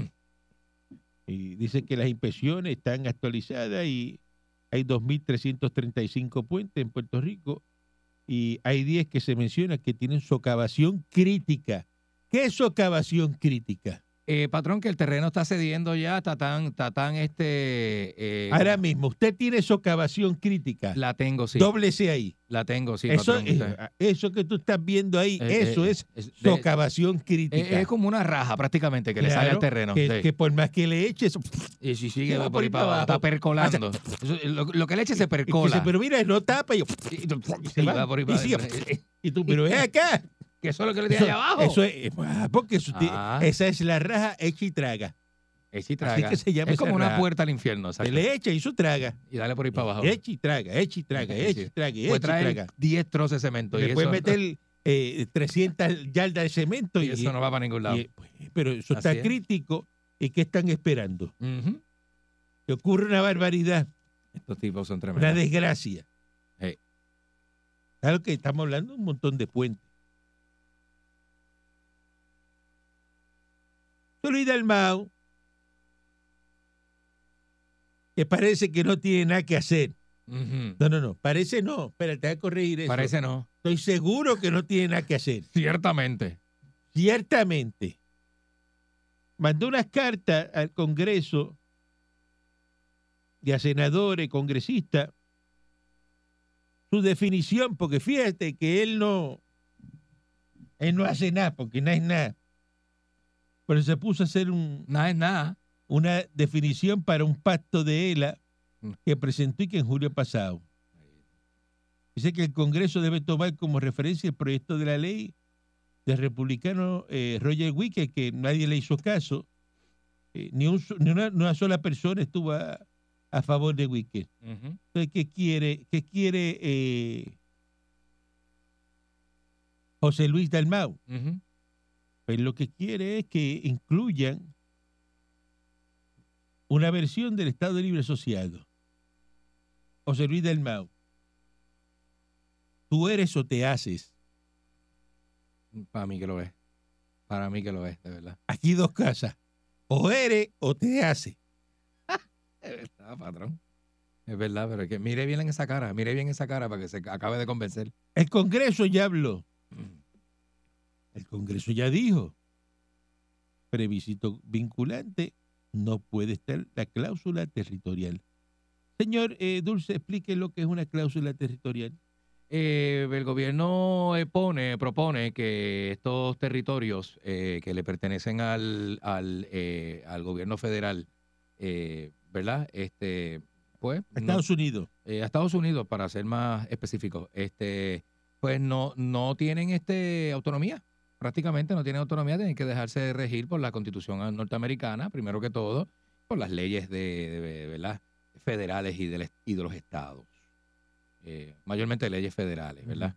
Speaker 3: Y dice que las inspecciones están actualizadas y hay 2.335 puentes en Puerto Rico y hay 10 que se menciona que tienen socavación crítica. ¿Qué es socavación crítica?
Speaker 4: Eh, patrón, que el terreno está cediendo ya, está tan, está tan este. eh,
Speaker 3: Ahora mismo, usted tiene socavación crítica.
Speaker 4: La tengo, sí.
Speaker 3: Dóblese ahí.
Speaker 4: La tengo, sí,
Speaker 3: eso,
Speaker 4: patrón.
Speaker 3: eh, eso que tú estás viendo ahí,
Speaker 4: Eh,
Speaker 3: eso
Speaker 4: eh,
Speaker 3: es
Speaker 4: es de- eh,
Speaker 3: socavación
Speaker 4: es,
Speaker 3: crítica.
Speaker 4: es como una raja prácticamente que le
Speaker 3: Claro,
Speaker 4: sale al terreno.
Speaker 3: que,
Speaker 4: sí.
Speaker 3: que por más que le eches,
Speaker 4: y si
Speaker 3: que
Speaker 4: sigue
Speaker 3: va
Speaker 4: por ahí para abajo, está percolando. Eso- lo, lo que le eche se
Speaker 3: y que dice,
Speaker 4: percola.
Speaker 3: pero mira, no tapa. Y, yo,
Speaker 4: Y- y-
Speaker 3: se
Speaker 4: y
Speaker 3: va,
Speaker 4: va por ahí
Speaker 3: y
Speaker 4: para-
Speaker 3: sigue,
Speaker 4: eh,
Speaker 3: y tú, pero es acá.
Speaker 4: Que eso es lo que le tiene allá abajo.
Speaker 3: Eso es, ah, porque eso ti-
Speaker 4: Ah.
Speaker 3: esa es la raja hecha y traga.
Speaker 4: Eh, sí,
Speaker 3: Así
Speaker 4: traga.
Speaker 3: que se llama
Speaker 4: es como
Speaker 3: esa
Speaker 4: una
Speaker 3: raja.
Speaker 4: puerta al infierno. exacto.
Speaker 3: Se le echa y su traga.
Speaker 4: Y dale por ahí para abajo.
Speaker 3: Echa y traga, echa y traga,
Speaker 4: Sí,
Speaker 3: echa
Speaker 4: sí.
Speaker 3: y traga, echa y
Speaker 4: Puede traer
Speaker 3: traga.
Speaker 4: 10 trozos de cemento.
Speaker 3: Le
Speaker 4: y
Speaker 3: puedes
Speaker 4: eso,
Speaker 3: meter eh, 300 yardas de cemento
Speaker 4: y
Speaker 3: y,
Speaker 4: eso no va para ningún lado.
Speaker 3: y- pues, pero eso está
Speaker 4: Así es.
Speaker 3: crítico. ¿Y qué están esperando?
Speaker 4: Ujú.
Speaker 3: Que ocurre una barbaridad,
Speaker 4: Estos tipos son
Speaker 3: una
Speaker 4: tremendos.
Speaker 3: desgracia.
Speaker 4: Sí.
Speaker 3: Claro que estamos hablando de un montón de puentes. Yo Luis Dalmau, que parece que no tiene nada que hacer.
Speaker 4: Ujú.
Speaker 3: No, no, no, parece no. Espérate, voy a corregir eso.
Speaker 4: Parece no.
Speaker 3: Estoy seguro que no tiene nada que hacer.
Speaker 4: Ciertamente.
Speaker 3: ciertamente mandó unas cartas al Congreso y a senadores, congresistas, su definición, porque fíjate que él no, él no hace nada, porque no es nada. Pero se puso a hacer un-
Speaker 4: Nada es nada.
Speaker 3: una definición para un pacto de ELA
Speaker 4: Mm.
Speaker 3: que presentó y que en julio pasado. Dice que el Congreso debe tomar como referencia el proyecto de la ley del republicano eh, Roger Wicker, que nadie le hizo caso. Eh, ni, un so- ni una, ni una sola persona estuvo a, a favor de Wicker.
Speaker 4: Ujú.
Speaker 3: Entonces, ¿qué quiere, qué quiere eh, José Luis Dalmau?
Speaker 4: Ujú.
Speaker 3: Pues lo que quiere es que incluyan una versión del Estado Libre Asociado. José Luis del Mau, tú eres o te haces.
Speaker 4: Para mí que lo es. Para mí que lo es, de verdad.
Speaker 3: Aquí dos casas. O eres o te haces.
Speaker 4: Es verdad, patrón. Es verdad, pero es que mire bien en esa cara, mire bien esa cara para que se acabe de convencer.
Speaker 3: El Congreso ya habló. El Congreso ya dijo. Previsito vinculante no puede estar la cláusula territorial. Señor eh, Dulce, explique lo que es una cláusula territorial.
Speaker 4: Eh, el gobierno eh, pone, propone que estos territorios eh, que le pertenecen al, al, eh, al gobierno federal, eh, ¿verdad? Este, pues,
Speaker 3: A
Speaker 4: no-
Speaker 3: Estados Unidos.
Speaker 4: eh, a Estados Unidos, para ser más específico, este, pues no, no tienen este autonomía. Prácticamente no tienen autonomía, tienen que dejarse regir por la constitución norteamericana, primero que todo, por las leyes de, de- ¿verdad? federales y, del est- y de los estados. Eh, mayormente leyes federales, ¿verdad?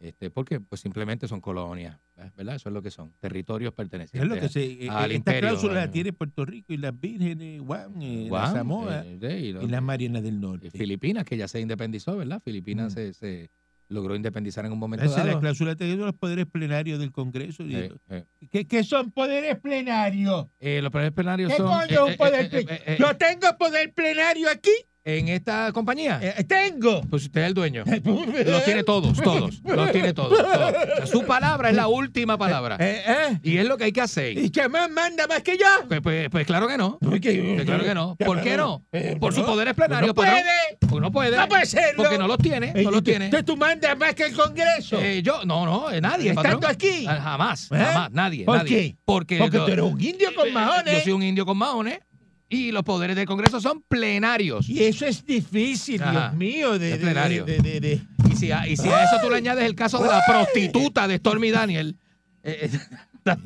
Speaker 4: Este, porque pues simplemente son colonias, ¿verdad? Eso es lo que son, territorios pertenecientes
Speaker 3: Es lo que se, eh,
Speaker 4: Este, al
Speaker 3: eh, esta
Speaker 4: imperio,
Speaker 3: cláusula
Speaker 4: eh,
Speaker 3: la tiene Puerto Rico y las vírgenes, Guam, eh,
Speaker 4: Guam,
Speaker 3: las Samoa
Speaker 4: eh, de- y lo-
Speaker 3: y las Marianas del Norte.
Speaker 4: Eh, Filipinas, que ya se independizó, ¿verdad? Filipinas
Speaker 3: Mm.
Speaker 4: se, se logró independizar en un momento
Speaker 3: Esa es la
Speaker 4: dado.
Speaker 3: cláusula de los poderes plenarios del Congreso. y-
Speaker 4: Eh, eh.
Speaker 3: ¿Qué, qué son poderes plenarios?
Speaker 4: Eh, los poderes plenarios
Speaker 3: ¿Qué
Speaker 4: son...
Speaker 3: coño es
Speaker 4: eh,
Speaker 3: un
Speaker 4: eh,
Speaker 3: poder
Speaker 4: eh,
Speaker 3: plen-
Speaker 4: eh, eh,
Speaker 3: Yo tengo poder plenario aquí.
Speaker 4: En esta compañía,
Speaker 3: Eh, tengo.
Speaker 4: pues usted es el dueño. Los tiene todos, todos. Los tiene todos. todos. O sea, su palabra es la última palabra.
Speaker 3: Eh, eh,
Speaker 4: Y es lo que hay que hacer.
Speaker 3: ¿Y Chamán manda más que yo?
Speaker 4: Pues, pues- pues claro que no.
Speaker 3: Porque-
Speaker 4: Pues claro que no. ¿Por qué no?
Speaker 3: Eh,
Speaker 4: Por sus poderes plenarios.
Speaker 3: No
Speaker 4: patrón.
Speaker 3: puede.
Speaker 4: Porque no puede.
Speaker 3: No puede serlo.
Speaker 4: Porque no los tiene.
Speaker 3: Eh,
Speaker 4: No los tiene.
Speaker 3: Entonces tú mandas más que el Congreso.
Speaker 4: Eh, yo, no, no, eh, nadie.
Speaker 3: Estando
Speaker 4: patrón.
Speaker 3: aquí.
Speaker 4: Ah, Jamás,
Speaker 3: ¿Eh?
Speaker 4: jamás, nadie.
Speaker 3: ¿Por
Speaker 4: nadie.
Speaker 3: qué?
Speaker 4: Porque,
Speaker 3: Porque
Speaker 4: yo- Eh,
Speaker 3: tú eres un indio con
Speaker 4: Yo
Speaker 3: mahones.
Speaker 4: soy un indio con maones y los poderes del Congreso son plenarios.
Speaker 3: Y eso es difícil,
Speaker 4: Ajá.
Speaker 3: Dios mío. De,
Speaker 4: Es
Speaker 3: de-
Speaker 4: plenario.
Speaker 3: de- de- de-
Speaker 4: Y si a, y si a eso tú le añades el caso de la prostituta de Stormy Daniel, eh, eh, da,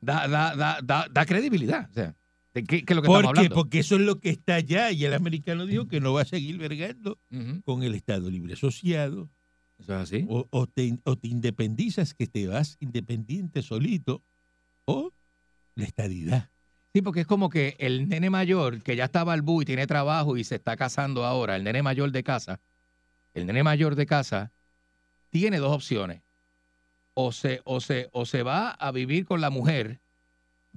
Speaker 4: da- da- da- da- da credibilidad. O sea, ¿de qué, qué es lo que
Speaker 3: ¿Por
Speaker 4: estamos
Speaker 3: qué?
Speaker 4: hablando?
Speaker 3: Porque eso es lo que está allá y el americano dijo que no va a seguir vergando
Speaker 4: Ujú,
Speaker 3: con el Estado Libre Asociado
Speaker 4: Eso es así.
Speaker 3: o, o te, in- o te independizas que te vas independiente solito o la estadidad.
Speaker 4: Sí, porque es como que el nene mayor que ya está balbú y tiene trabajo y se está casando ahora, el nene mayor de casa, el nene mayor de casa tiene dos opciones. o se, o, se, o se va a vivir con la mujer,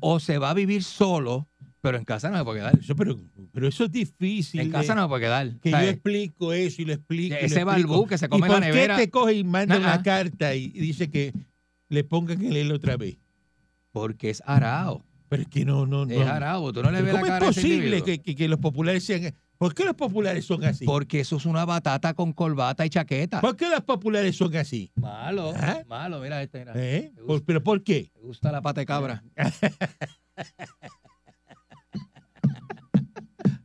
Speaker 4: o se va a vivir solo, pero en casa no se puede quedar.
Speaker 3: Eso, pero, pero eso es difícil.
Speaker 4: en
Speaker 3: de-
Speaker 4: casa no se puede quedar.
Speaker 3: Que yo
Speaker 4: ¿sabes?
Speaker 3: explico eso y lo explico. y lo
Speaker 4: Ese
Speaker 3: explico.
Speaker 4: balbú que se
Speaker 3: ¿Y
Speaker 4: come en la
Speaker 3: por qué
Speaker 4: nevera.
Speaker 3: te coge y manda una
Speaker 4: Nah. ah.
Speaker 3: carta y y dice que le pongan el él otra vez?
Speaker 4: Porque es arao.
Speaker 3: Pero es que no, no, no.
Speaker 4: Es arao. Tú no le
Speaker 3: Pero
Speaker 4: ves la
Speaker 3: ¿Cómo es
Speaker 4: cara a ese
Speaker 3: posible
Speaker 4: individuo.
Speaker 3: que, que- que los populares sean... ¿Por qué los populares son así? ¿Por,
Speaker 4: Porque eso es una batata con corbata y chaqueta.
Speaker 3: qué los populares son así?
Speaker 4: Malo,
Speaker 3: ¿Ah?
Speaker 4: malo. Mira este, mira.
Speaker 3: ¿Eh?
Speaker 4: Me
Speaker 3: Por-
Speaker 4: gusta.
Speaker 3: ¿Pero por qué?
Speaker 4: Me gusta la pata de cabra.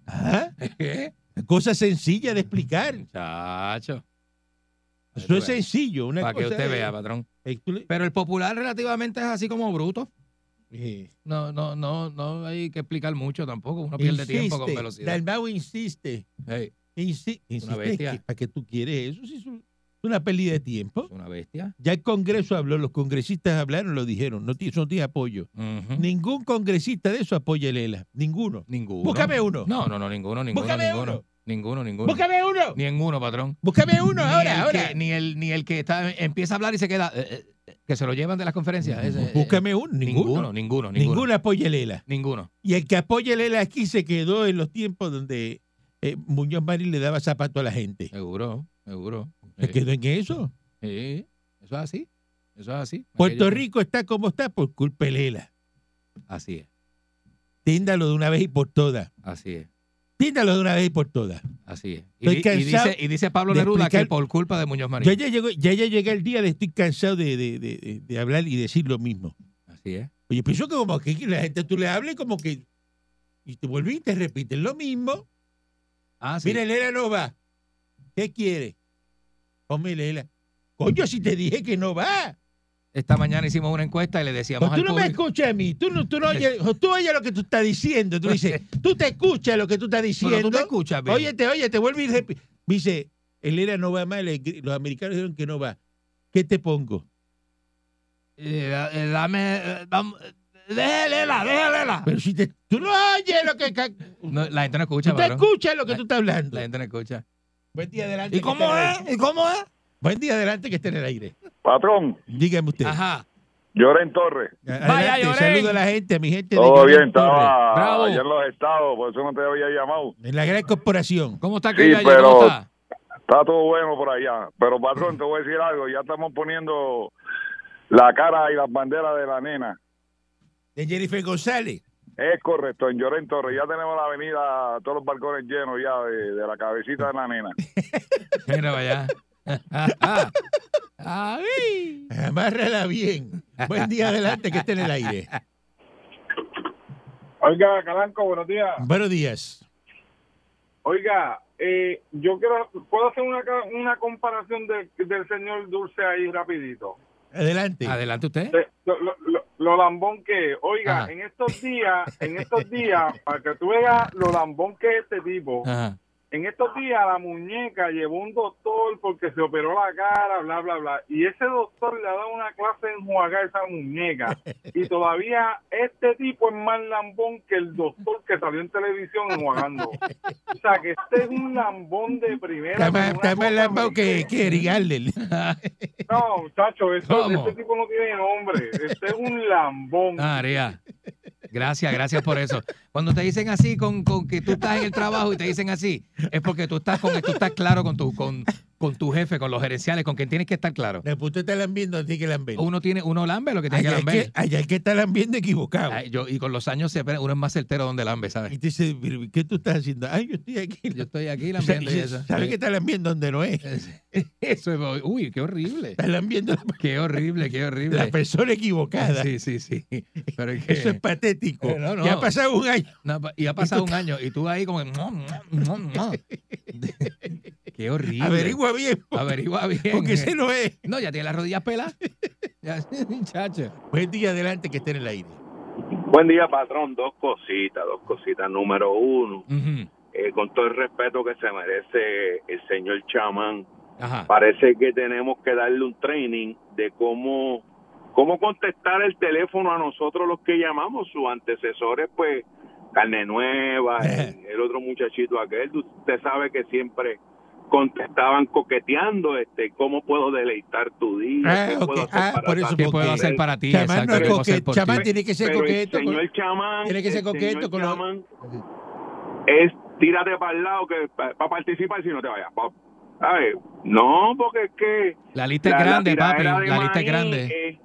Speaker 3: Ajá. ¿Ah? Cosa sencilla de explicar.
Speaker 4: Chacho.
Speaker 3: Eso es sencillo. Una
Speaker 4: Para que
Speaker 3: cosa
Speaker 4: usted
Speaker 3: es-
Speaker 4: vea, patrón.
Speaker 3: es tú le-
Speaker 4: Pero el popular relativamente es así como bruto.
Speaker 3: eh,
Speaker 4: No, no, no, no hay que explicar mucho tampoco. Uno pierde tiempo con
Speaker 3: insiste.
Speaker 4: velocidad.
Speaker 3: Dalmau insiste.
Speaker 4: Ey,
Speaker 3: Insi- insiste
Speaker 4: bestia.
Speaker 3: que- ¿Para qué tú quieres eso? Si es un- una pérdida de tiempo.
Speaker 4: es una bestia.
Speaker 3: Ya el Congreso habló, los congresistas hablaron, lo dijeron. No, ti- eso no tiene apoyo.
Speaker 4: Ujú.
Speaker 3: Ningún congresista de eso apoya el ELA. Ninguno.
Speaker 4: Ninguno.
Speaker 3: Búscame uno.
Speaker 4: No, no, no, ninguno, ninguno,
Speaker 3: Búscame
Speaker 4: ninguno.
Speaker 3: uno.
Speaker 4: Ninguno, ninguno.
Speaker 3: Búscame uno.
Speaker 4: Ninguno, patrón.
Speaker 3: Búscame uno
Speaker 4: Ni
Speaker 3: ahora,
Speaker 4: el
Speaker 3: ahora.
Speaker 4: Que, ni, el, ni el que está, empieza a hablar y se queda. eh, eh, eh, que se lo llevan de las conferencias. Ese, eh,
Speaker 3: Búscame uno.
Speaker 4: ninguno,
Speaker 3: Ninguno.
Speaker 4: ninguno, ninguno.
Speaker 3: Ninguno apoya el ELA.
Speaker 4: Ninguno.
Speaker 3: Y el que apoya el ELA aquí se quedó en los tiempos donde eh, Muñoz Marín le daba zapato a la gente.
Speaker 4: Seguro, seguro.
Speaker 3: Se
Speaker 4: Sí,
Speaker 3: quedó en eso.
Speaker 4: sí. Eso es así. Eso es así.
Speaker 3: Puerto
Speaker 4: Aquello-
Speaker 3: Rico está como está por culpa del ELA.
Speaker 4: Así es,
Speaker 3: Tíndalo de una vez y por todas.
Speaker 4: así es, Así
Speaker 3: Tíndalo de una vez y por todas.
Speaker 4: es. Y,
Speaker 3: Estoy
Speaker 4: di- y
Speaker 3: cansado
Speaker 4: dice, y dice Pablo
Speaker 3: de
Speaker 4: Neruda
Speaker 3: explicar-
Speaker 4: que por culpa de Muñoz Marín.
Speaker 3: Ya ya llegó, ya, ya llega el día de estoy cansado de, de- de- de- de hablar y decir lo mismo.
Speaker 4: Así es.
Speaker 3: Oye, pienso que como que la gente tú le hables como que... Y te vuelves y te repiten lo mismo.
Speaker 4: Ah, sí.
Speaker 3: Mira, el ELA no va. ¿Qué quiere? Hombre, el ELA. Coño, si te dije que no va.
Speaker 4: Esta mañana hicimos una encuesta y le decíamos
Speaker 3: Pues tú
Speaker 4: al
Speaker 3: no me
Speaker 4: público.
Speaker 3: escuchas a mí, tú, no, tú, no oyes, tú oyes lo que tú estás diciendo, tú dices, tú te escuchas lo que tú estás
Speaker 4: Pero
Speaker 3: diciendo.
Speaker 4: tú te escuchas, bien.
Speaker 3: Óyete, oye, te vuelve y repi- Dice, el era no va mal, el- los americanos dijeron que no va. ¿Qué te pongo?
Speaker 4: Eh, da- eh, dame, eh, dam- déjale la, déjale la.
Speaker 3: Pero si te, tú no oyes lo que... ca-
Speaker 4: No, la gente no escucha,
Speaker 3: Tú te
Speaker 4: patrón.
Speaker 3: escuchas lo que tú estás hablando.
Speaker 4: La gente no escucha.
Speaker 3: Buen día adelante.
Speaker 4: ¿Y cómo es? ¿Y cómo es?
Speaker 3: Buen día adelante que esté en el aire.
Speaker 5: Patrón,
Speaker 3: Dígame usted.
Speaker 4: Ajá.
Speaker 5: Lloren Torres.
Speaker 4: Vaya,
Speaker 3: Adelante,
Speaker 4: Llorén.
Speaker 3: saludo a la gente, a mi gente. de
Speaker 5: Todo bien,
Speaker 3: Llorén Torres,
Speaker 5: estaba
Speaker 4: Bravo.
Speaker 5: allá en los estados, por eso no te había llamado.
Speaker 3: En la gran corporación.
Speaker 4: ¿Cómo está
Speaker 5: Sí,
Speaker 4: aquella? ¿Cómo
Speaker 5: pero-
Speaker 4: está?
Speaker 5: Está todo bueno por allá. Pero, patrón, te voy a decir algo. Ya estamos poniendo la cara y las banderas de la nena.
Speaker 3: De Jennifer González.
Speaker 5: Es correcto, en Lloren Torres. Ya tenemos la avenida, todos los balcones llenos ya de, de la cabecita de la nena.
Speaker 4: Mira vaya. Ay.
Speaker 3: Amárrala bien. Buen día adelante que esté en el aire.
Speaker 7: Oiga, Calanco, buenos días.
Speaker 3: Buenos días.
Speaker 7: Oiga, eh, yo quiero, puedo hacer una, ca- una comparación de- del señor Dulce ahí rapidito.
Speaker 3: Adelante.
Speaker 4: Adelante usted.
Speaker 7: De- lo, lo- lo- lo lambón que es. Oiga,
Speaker 4: Ajá.
Speaker 7: en estos días, en estos días, para que tú veas lo lambón que es este tipo,
Speaker 4: Ajá.
Speaker 7: en estos días la muñeca llevó un doctor porque se operó la cara, bla, bla, bla. Y ese doctor le ha dado una clase en jugar esa muñeca. Y todavía este tipo es más lambón que el doctor que salió en televisión enjuagando. O sea, que este es un lambón de primera.
Speaker 3: Está más,
Speaker 7: pero una
Speaker 3: está más
Speaker 7: cosa
Speaker 3: lambado que,
Speaker 7: americana.
Speaker 3: que Eric Garner.
Speaker 7: No, muchacho, esto-
Speaker 4: ¿Cómo?
Speaker 7: este tipo no tiene nombre. Este es un lambón.
Speaker 4: Ah, María. Gracias, gracias por eso. Cuando te dicen así, con, con que tú estás en el trabajo y te dicen así, es porque tú estás con, tú estás claro con tu, con, con tu jefe, con los gerenciales, con quien tienes que estar claro.
Speaker 3: La puta está lambiendo, así que lamber.
Speaker 4: Uno tiene, uno lambe lo que tiene que
Speaker 3: Allá es
Speaker 4: lamber.
Speaker 3: que, allá es que está lambiendo equivocado.
Speaker 4: Ay, yo, y con los años se aprende, uno es más certero donde lambe,
Speaker 3: Y
Speaker 4: ¿sabes?
Speaker 3: te dice, "Pero, ¿qué tú estás haciendo? Ay, yo estoy aquí.
Speaker 4: Yo estoy aquí
Speaker 3: O sea,
Speaker 4: lambiendo y eso. Eh.
Speaker 3: ¿Sabes que está lambiendo donde no es?
Speaker 4: Eso es, uy, qué horrible.
Speaker 3: Está lambiendo la,
Speaker 4: Qué horrible, qué horrible.
Speaker 3: la persona equivocada.
Speaker 4: Sí, sí, sí. Pero es que-
Speaker 3: Eso es patético.
Speaker 4: Eh, no, no.
Speaker 3: Ya ha pasado un año.
Speaker 4: No, pa- y ha pasado un año y tú ahí como... que, "Mua, mua, mua, mua". Qué horrible.
Speaker 3: Averigua bien. porque-
Speaker 4: Averigua bien. eh.
Speaker 3: Porque ese no es.
Speaker 4: No, ya tiene las rodillas pelas. Ya, muchacho.
Speaker 3: Buen día adelante que esté en el aire.
Speaker 8: Buen día, patrón. Dos cositas, dos cositas. Número uno,
Speaker 4: Ujú.
Speaker 8: eh, con todo el respeto que se merece el señor chamán,
Speaker 4: Ajá.
Speaker 8: parece que tenemos que darle un training de cómo, cómo contestar el teléfono a nosotros los que llamamos. Sus antecesores, pues, Carne Nueva, el, el otro muchachito aquel, usted sabe que siempre
Speaker 5: contestaban coqueteando, este, ¿cómo puedo deleitar tu día?
Speaker 3: Ah,
Speaker 5: ¿Qué puedo
Speaker 3: ok.
Speaker 5: hacer
Speaker 3: Ah,
Speaker 5: para
Speaker 3: por eso,
Speaker 5: darte
Speaker 4: ¿Qué puedo
Speaker 5: placer?
Speaker 4: hacer para ti?
Speaker 3: Chamán no
Speaker 4: Exacto,
Speaker 3: es
Speaker 4: ¿qué puedo hacer
Speaker 3: coqueto.
Speaker 4: por ti?
Speaker 3: Chamán tiene que ser
Speaker 5: Pero
Speaker 3: coqueto.
Speaker 5: el
Speaker 3: con-
Speaker 5: señor chamán,
Speaker 3: tiene que ser
Speaker 5: el
Speaker 3: coqueto
Speaker 5: señor
Speaker 3: con los-
Speaker 5: chamán es tírate para el lado que para participar si no te vayas. pa- ¿sabes? No, porque es que
Speaker 4: La lista es grande, papi.
Speaker 5: tiradera
Speaker 4: La
Speaker 5: de
Speaker 4: lista es
Speaker 5: maíz,
Speaker 4: grande.
Speaker 5: eh,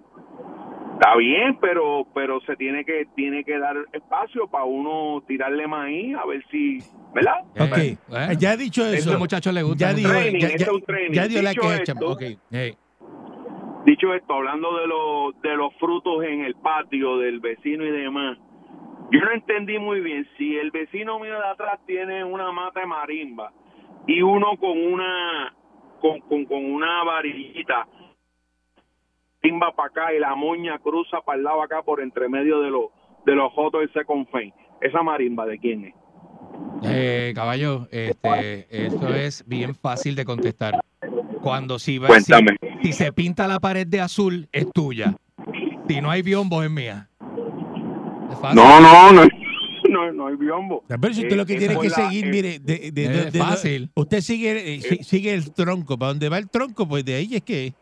Speaker 5: está bien, pero pero se tiene que tiene que dar espacio para uno tirarle maíz a ver si, ¿verdad?
Speaker 3: Ok,
Speaker 4: Eh, bueno.
Speaker 3: ya dicho
Speaker 4: Eso
Speaker 3: eso,
Speaker 4: a los muchachos les gusta.
Speaker 3: ya dijo,
Speaker 5: Training,
Speaker 3: ya,
Speaker 5: esto
Speaker 3: ya-
Speaker 5: es un training.
Speaker 3: ya dio la
Speaker 5: Dicho
Speaker 3: queja,
Speaker 5: esto-
Speaker 3: chamán. Ok.
Speaker 4: Ey,
Speaker 5: Dicho esto, hablando de los de los frutos en el patio del vecino y demás. Yo no entendí muy bien si el vecino mío de atrás tiene una mata de marimba y uno con una con, con, con una varillita timba para acá y la moña cruza para el lado acá por entre medio de los de los jotos del second fame. Esa marimba de quién es?
Speaker 4: eh, caballo, este, esto es bien fácil de contestar. Cuando si, va, si,
Speaker 5: Cuéntame.
Speaker 4: si se pinta la pared de azul, es tuya. Si no hay biombo, es mía. Es fácil.
Speaker 5: no, no, no, no hay biombo.
Speaker 3: Pero si usted lo que
Speaker 5: Eh,
Speaker 3: tiene
Speaker 5: por
Speaker 3: que
Speaker 5: la-
Speaker 3: seguir,
Speaker 5: eh,
Speaker 3: mire, de, de-
Speaker 4: es
Speaker 3: de- de-
Speaker 4: fácil.
Speaker 3: Usted sigue, eh, si- sigue el tronco, para donde va el tronco, pues de ahí es que.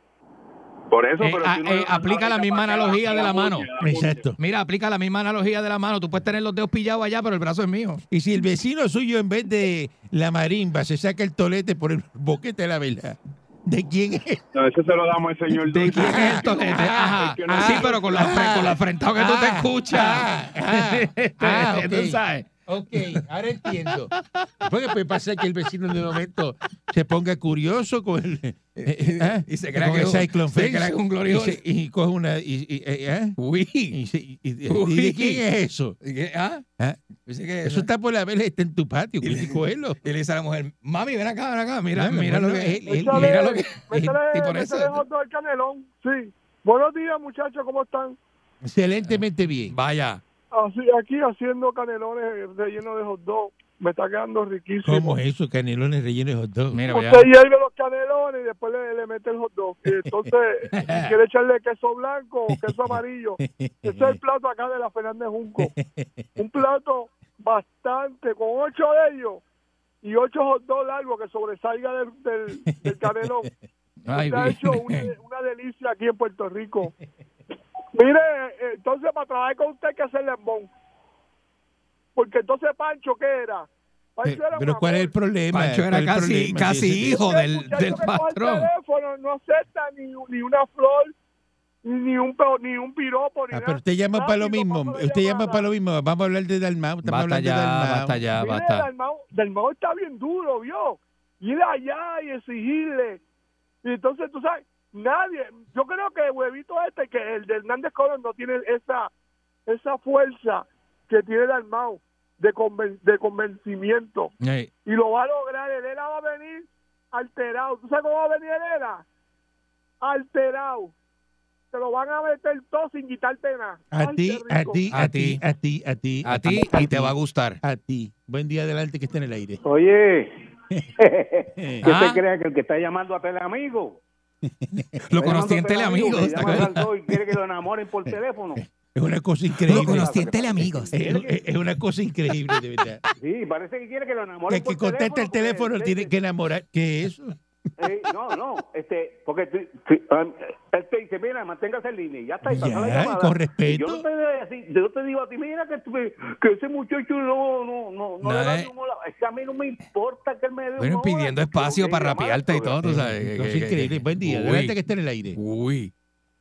Speaker 5: Por eso,
Speaker 4: Eh,
Speaker 5: pero
Speaker 4: a-
Speaker 5: si uno
Speaker 4: eh,
Speaker 5: le da
Speaker 4: aplica la
Speaker 5: varilla
Speaker 4: misma
Speaker 5: para acá,
Speaker 4: analogía de la mano.
Speaker 5: moña, moña.
Speaker 3: Exacto.
Speaker 4: Mira, aplica la misma analogía de la mano. Tú puedes tener los dedos pillados allá, pero el brazo es mío.
Speaker 3: Y si el vecino suyo, en vez de la marimba, se saca el tolete por el boquete de la vela, ¿de quién es?
Speaker 5: No, ese se lo damos al señor
Speaker 4: ¿De
Speaker 5: Dulce.
Speaker 4: quién es el tolete? Ajá.
Speaker 5: Es que no-
Speaker 4: sí, pero con la,
Speaker 3: ah,
Speaker 4: con la afrentada que tú te
Speaker 3: ah,
Speaker 4: escuchas.
Speaker 3: ah, ah, ah, ok.
Speaker 4: Tú sabes.
Speaker 3: Ok, ahora entiendo. Porque puede pasar que el vecino de momento se ponga curioso con el. ¿ah?
Speaker 4: Eh, Y se crea
Speaker 3: con
Speaker 4: que
Speaker 3: el
Speaker 4: es un-
Speaker 3: Cyclone
Speaker 4: se
Speaker 3: Face.
Speaker 4: crea que es un
Speaker 3: y,
Speaker 4: glorioso.
Speaker 3: se- y coge una. Y, y- eh, ¿ah?
Speaker 4: Uy.
Speaker 3: Y se- y- y-
Speaker 4: Uy.
Speaker 3: ¿y de quién es eso?
Speaker 4: ¿Y qué? ¿Ah?
Speaker 3: ¿Ah?
Speaker 4: Dice que-
Speaker 3: Eso está por la vela, está en tu patio,
Speaker 4: Y le-
Speaker 3: cuelo.
Speaker 4: Y le dice a la mujer, mami, ven acá, ven acá, mira,
Speaker 3: No, mi
Speaker 4: mira
Speaker 3: amor,
Speaker 4: lo
Speaker 3: no,
Speaker 4: que
Speaker 3: él- él-
Speaker 4: mira lo que y
Speaker 9: Métele,
Speaker 4: por eso-
Speaker 9: métele en otro al canelón, sí. Buenos días, muchachos, ¿cómo están?
Speaker 3: Excelentemente bien.
Speaker 4: Vaya,
Speaker 9: Así, aquí haciendo canelones de lleno de hot dog. Me está quedando riquísimo.
Speaker 3: ¿Cómo es eso? Canelones rellenos de hot dog.
Speaker 4: mira, vaya.
Speaker 9: Usted hierve los canelones y después le, le mete el hot dog. Y entonces, si quiere echarle queso blanco o queso amarillo. Ese es el plato acá de la Fernández Junco. Un plato bastante, con ocho de ellos y ocho hot dog largos que sobresalga del, del, del canelón.
Speaker 4: Ay,
Speaker 9: Se ha hecho una,
Speaker 4: bien.
Speaker 9: una delicia aquí en Puerto Rico. Mire, eh, entonces para trabajar con usted hay que hacer lembón. Porque entonces Pancho, ¿qué era? Pancho
Speaker 3: Pero, pero ¿cuál es el problema?
Speaker 4: Pancho
Speaker 3: ¿Cuál
Speaker 4: era
Speaker 3: es el
Speaker 4: casi,
Speaker 3: problema?
Speaker 4: casi
Speaker 3: Sí, sí, sí.
Speaker 4: hijo del, del
Speaker 9: El
Speaker 4: patrón.
Speaker 9: teléfono no acepta ni, ni una flor, ni un, pe- ni un piropo, ni
Speaker 3: Ah,
Speaker 9: nada.
Speaker 3: pero usted llama para lo
Speaker 9: Rápido,
Speaker 3: mismo.
Speaker 9: vamos a la
Speaker 3: Usted llama
Speaker 9: llamada.
Speaker 3: para lo mismo. Vamos a hablar de Dalmau. Estamos
Speaker 4: Basta
Speaker 3: hablando
Speaker 4: ya,
Speaker 3: de Dalmau.
Speaker 4: basta ya,
Speaker 9: Mire,
Speaker 4: basta.
Speaker 9: Dalmau, Dalmau está bien duro, ¿vio? Ir allá y exigirle. Y entonces, tú sabes, nadie, yo creo que el huevito este, que el de Hernández Colón no tiene esa, esa fuerza que tiene Dalmau de, conven- de convencimiento.
Speaker 4: Ey,
Speaker 9: Y lo va a lograr, Elena va a venir alterado. ¿Tú sabes cómo va a venir Elena? Alterado. Te lo van a meter todo sin quitarte nada.
Speaker 3: A
Speaker 9: Ay,
Speaker 3: ti,
Speaker 9: qué
Speaker 3: a
Speaker 9: rico.
Speaker 3: ti, a ti, a ti, a ti.
Speaker 4: A ti y te va a gustar.
Speaker 3: A ti. Buen día adelante que está en el aire.
Speaker 10: Oye, ¿qué
Speaker 4: Ah.
Speaker 10: te crees que el que está llamando a Teleamigo?
Speaker 4: Lo
Speaker 10: Está
Speaker 4: conocí en
Speaker 10: llamando a
Speaker 4: Teleamigos.
Speaker 10: que
Speaker 4: ¿te
Speaker 10: llama
Speaker 4: acuerdas?
Speaker 10: al dos y quiere que lo enamoren por teléfono.
Speaker 3: Es una cosa
Speaker 4: Lo
Speaker 3: increíble.
Speaker 4: conocí en Teleamigos.
Speaker 6: Eh,
Speaker 3: Es, es- es una cosa increíble, de verdad.
Speaker 10: Sí, parece que quiere que lo enamoren
Speaker 3: El
Speaker 10: por pues,
Speaker 3: que contesta el teléfono
Speaker 10: porque-
Speaker 3: tiene que enamorar. ¿Qué es eso?
Speaker 10: Eh, no, no, este, porque tú- tú- um, él te dice, mira, manténgase en línea y ya está. y pasa la
Speaker 3: Ya,
Speaker 10: llamada.
Speaker 3: con
Speaker 10: Y
Speaker 3: respeto.
Speaker 10: Yo no te, digo así, yo te digo a ti, mira, que, tú- que ese muchacho no, no, no, no,
Speaker 4: No,
Speaker 10: le da
Speaker 4: eh.
Speaker 10: ni un hola. Es que a mí no me importa que él me dé
Speaker 4: Bueno,
Speaker 10: un hola.
Speaker 4: pidiendo espacio
Speaker 10: Yo
Speaker 4: para
Speaker 10: quiero
Speaker 4: rapearte y todo,
Speaker 10: llamarlo.
Speaker 4: tú sabes. que-
Speaker 3: Una cosa
Speaker 4: que- que-
Speaker 3: increíble. Buen día
Speaker 4: eh, Uy,
Speaker 3: adelante que está en el aire.
Speaker 4: Uy,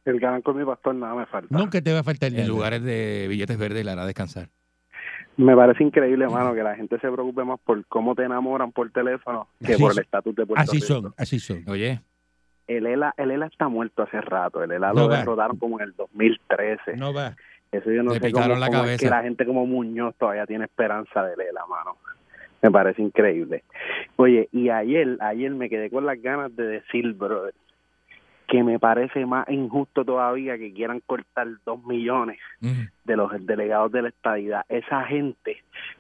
Speaker 10: El galán con mi pastor nada me falta.
Speaker 3: Nunca te va a faltar
Speaker 4: en
Speaker 3: nada.
Speaker 4: lugares de billetes verdes la hará descansar.
Speaker 10: Me parece increíble, hermano, que la gente se preocupe más por cómo te enamoran por teléfono que
Speaker 3: Así
Speaker 10: por
Speaker 3: son.
Speaker 10: el estatus de Puerto
Speaker 3: Así
Speaker 10: Rico.
Speaker 3: son, así son.
Speaker 4: Oye,
Speaker 10: El ELA, el ELA está muerto hace rato. El ELA
Speaker 3: No
Speaker 10: lo
Speaker 3: va.
Speaker 10: derrotaron como en el 2013.
Speaker 3: No va.
Speaker 10: Eso yo no
Speaker 4: Le
Speaker 10: sé cómo,
Speaker 4: picaron la
Speaker 10: cómo es
Speaker 4: cabeza.
Speaker 10: que la gente como Muñoz todavía tiene esperanza de Lela, mano. Me parece increíble. Oye, y ayer, ayer me quedé con las ganas de decir, brother, que me parece más injusto todavía que quieran cortar dos millones
Speaker 4: mm,
Speaker 10: de los delegados de la estadidad. Esa gente,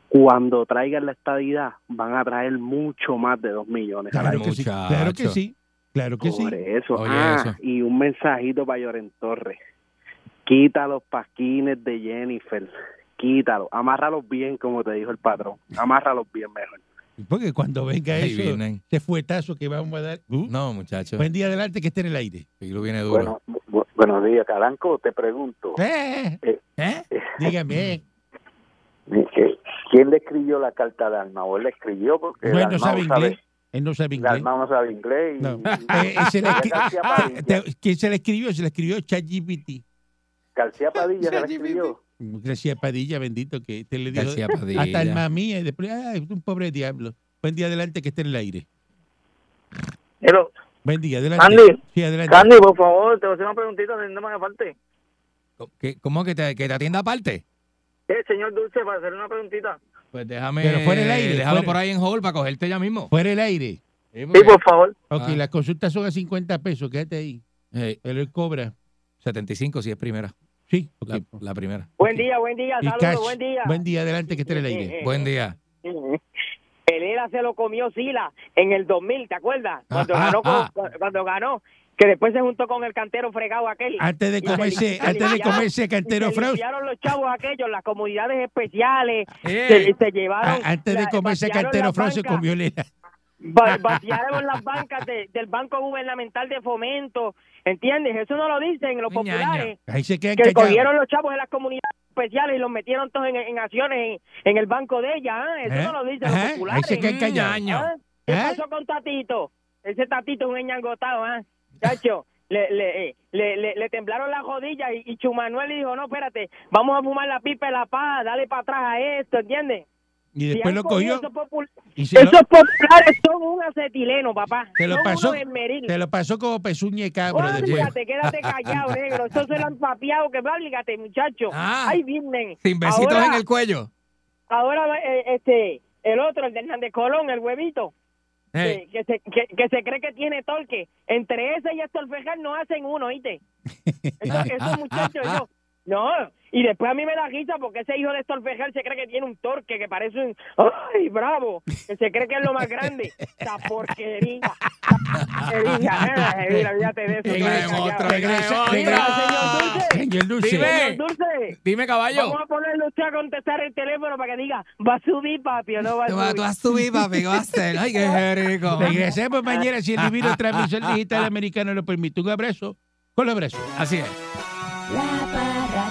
Speaker 10: cuando traigan la estadidad, van a traer mucho más de dos millones. a la
Speaker 3: Claro que sí.
Speaker 4: muchacho.
Speaker 3: Claro que sí. Claro que sí.
Speaker 10: por eso.
Speaker 4: Oye,
Speaker 10: ah,
Speaker 4: eso.
Speaker 10: y un mensajito para Lloren Torres. Quita los pasquines de Jennifer. Quítalo. Amárralos bien, como te dijo el patrón. Amárralos bien mejor.
Speaker 3: Porque cuando venga
Speaker 4: Ahí
Speaker 3: eso,
Speaker 4: vienen.
Speaker 3: ese fuetazo que vamos a dar. Uh,
Speaker 4: No, muchachos.
Speaker 3: Buen día adelante que esté en el aire.
Speaker 4: Pilu viene duro.
Speaker 11: Bueno, bu- buenos días, Caranco. Te pregunto,
Speaker 3: Eh,
Speaker 11: Eh.
Speaker 3: ¿eh? Dígame, eh,
Speaker 11: eh, ¿quién le escribió la carta de Alma? ¿O él la escribió? Porque
Speaker 3: no, él no
Speaker 11: Dalmau
Speaker 3: sabe inglés. Él no sabe inglés.
Speaker 11: Dalmau no sabe inglés. y-
Speaker 3: No.
Speaker 11: y-
Speaker 3: Eh, se le escri-
Speaker 11: García Padilla.
Speaker 3: Te- ¿Quién se le escribió? Se le escribió ChatGPT.
Speaker 11: García Padilla se la escribió.
Speaker 3: Gracias Padilla, bendito, que te le dijo
Speaker 4: García Padilla.
Speaker 3: hasta el mami y después, ay, un pobre diablo. Buen día adelante que esté en el aire.
Speaker 10: Pero,
Speaker 3: Buen día adelante.
Speaker 10: Andy,
Speaker 3: Sí, adelante.
Speaker 10: Candy, por favor, te voy a hacer una preguntita, no me falte.
Speaker 4: ¿Qué- ¿Cómo que te, que te atienda aparte?
Speaker 10: Eh, señor Dulce, para hacer una preguntita.
Speaker 4: Pues déjame.
Speaker 3: Pero fuera el aire,
Speaker 4: Déjalo
Speaker 3: fuera.
Speaker 4: por ahí en hall para cogerte ya mismo.
Speaker 3: Fuera el aire.
Speaker 4: Sí,
Speaker 10: Sí, pues.
Speaker 4: porque-
Speaker 10: por favor.
Speaker 3: Ok,
Speaker 4: Ah.
Speaker 3: las consultas son a 50 pesos, quédate ahí.
Speaker 4: Eh,
Speaker 3: Pero él cobra.
Speaker 4: 75 si es primera.
Speaker 3: Sí, ok.
Speaker 4: La, la primera.
Speaker 10: Buen día, buen día,
Speaker 3: Y cash. Buen día adelante que esté en el aire.
Speaker 10: Eh,
Speaker 4: Buen día.
Speaker 10: Pelera se lo comió Sila en el 2000, ¿te acuerdas? Cuando
Speaker 4: Ah,
Speaker 10: ganó,
Speaker 4: ah,
Speaker 10: con- cuando ganó, que después se juntó con el cantero fregado aquel.
Speaker 3: Antes de
Speaker 10: Y se li-
Speaker 3: comerse,
Speaker 10: se
Speaker 3: antes de
Speaker 10: limpiaron-
Speaker 3: comerse
Speaker 10: y
Speaker 3: cantero
Speaker 10: se
Speaker 3: Fraus,
Speaker 10: limpiaron los chavos aquellos, las comunidades especiales,
Speaker 4: Eh,
Speaker 10: se, se llevaron...
Speaker 3: a- antes de
Speaker 10: la-
Speaker 3: comerse
Speaker 10: vaciaron
Speaker 3: cantero
Speaker 10: las
Speaker 3: Fraus se
Speaker 10: bancas.
Speaker 3: comió el helado.
Speaker 10: Ba- vaciaron las bancas de- del Banco Gubernamental de Fomento, ¿entiendes? Eso no lo dicen
Speaker 4: Ñaña.
Speaker 10: los populares,
Speaker 3: Ahí se quedan
Speaker 10: que
Speaker 3: callados.
Speaker 10: cogieron los chavos de las comunidades especiales y los metieron todos en, en acciones en, en el banco de ella, ¿ah? eso
Speaker 3: ¿Eh?
Speaker 10: no lo dicen
Speaker 3: Ajá,
Speaker 10: los
Speaker 3: Ahí
Speaker 10: populares.
Speaker 3: se quedan callados.
Speaker 4: Ñaño.
Speaker 10: ¿Ah? ¿Qué
Speaker 3: ¿Eh?
Speaker 10: pasó con Tatito? Ese Tatito es un eñangotado, ¿ah? Chacho, le, le, eh, le, le- le temblaron las rodillas y, y Chumanuel le dijo, no, espérate, vamos a fumar la pipa de la paz, dale para atrás a esto, ¿entiendes?
Speaker 3: Y
Speaker 10: Si
Speaker 3: después
Speaker 10: han
Speaker 3: lo
Speaker 10: cogido
Speaker 3: cogió
Speaker 10: esos popul-
Speaker 3: y se lo,
Speaker 10: esos populares son un acetileno, papá.
Speaker 3: Te lo
Speaker 10: son
Speaker 3: pasó-
Speaker 10: unos esmeril.
Speaker 3: se lo pasó como pezuña y cabro después.
Speaker 10: Óyate, quédate callado, negro. Eso se lo han papeado, que válgate, muchacho.
Speaker 4: Ah.
Speaker 10: Ay, vienen.
Speaker 4: sin besitos
Speaker 10: ahora-
Speaker 4: en el cuello.
Speaker 10: Ahora, eh, este, el otro, el de Hernández Colón, el huevito,
Speaker 4: Eh,
Speaker 10: que, que se, que, que se cree que tiene torque. Entre ese y Héctor Fejar no hacen uno, ¿oíste? Eso- Esos muchachos, yo. No, y después a mí me da risa porque ese hijo de Héctor Fejar se cree que tiene un torque, que parece un... ¡Ay, bravo! Que se cree que es lo más grande. ¡Esa porquería! ¡Esa porquería! Ah, mira, olvídate de eso.
Speaker 4: Regresa,
Speaker 10: quédate callado.
Speaker 4: regresa,
Speaker 6: eh,
Speaker 10: Mira,
Speaker 4: regresa.
Speaker 3: Señor
Speaker 10: señor Dulce,
Speaker 3: Dulce.
Speaker 4: Dime.
Speaker 10: señor Dulce,
Speaker 4: Dime, caballo.
Speaker 10: vamos a ponerle usted a contestar el teléfono para que diga, va a subir, papi, o no va a
Speaker 4: Tú vas-
Speaker 10: subir.
Speaker 4: tú vas a subir, papi. ¿Qué vas a hacer? Ay, qué rico.
Speaker 3: Regresemos mañana si el divino transmisor digital americano lo permite. Un abrazo. Con los abrazos.
Speaker 4: Así es.
Speaker 2: La Parra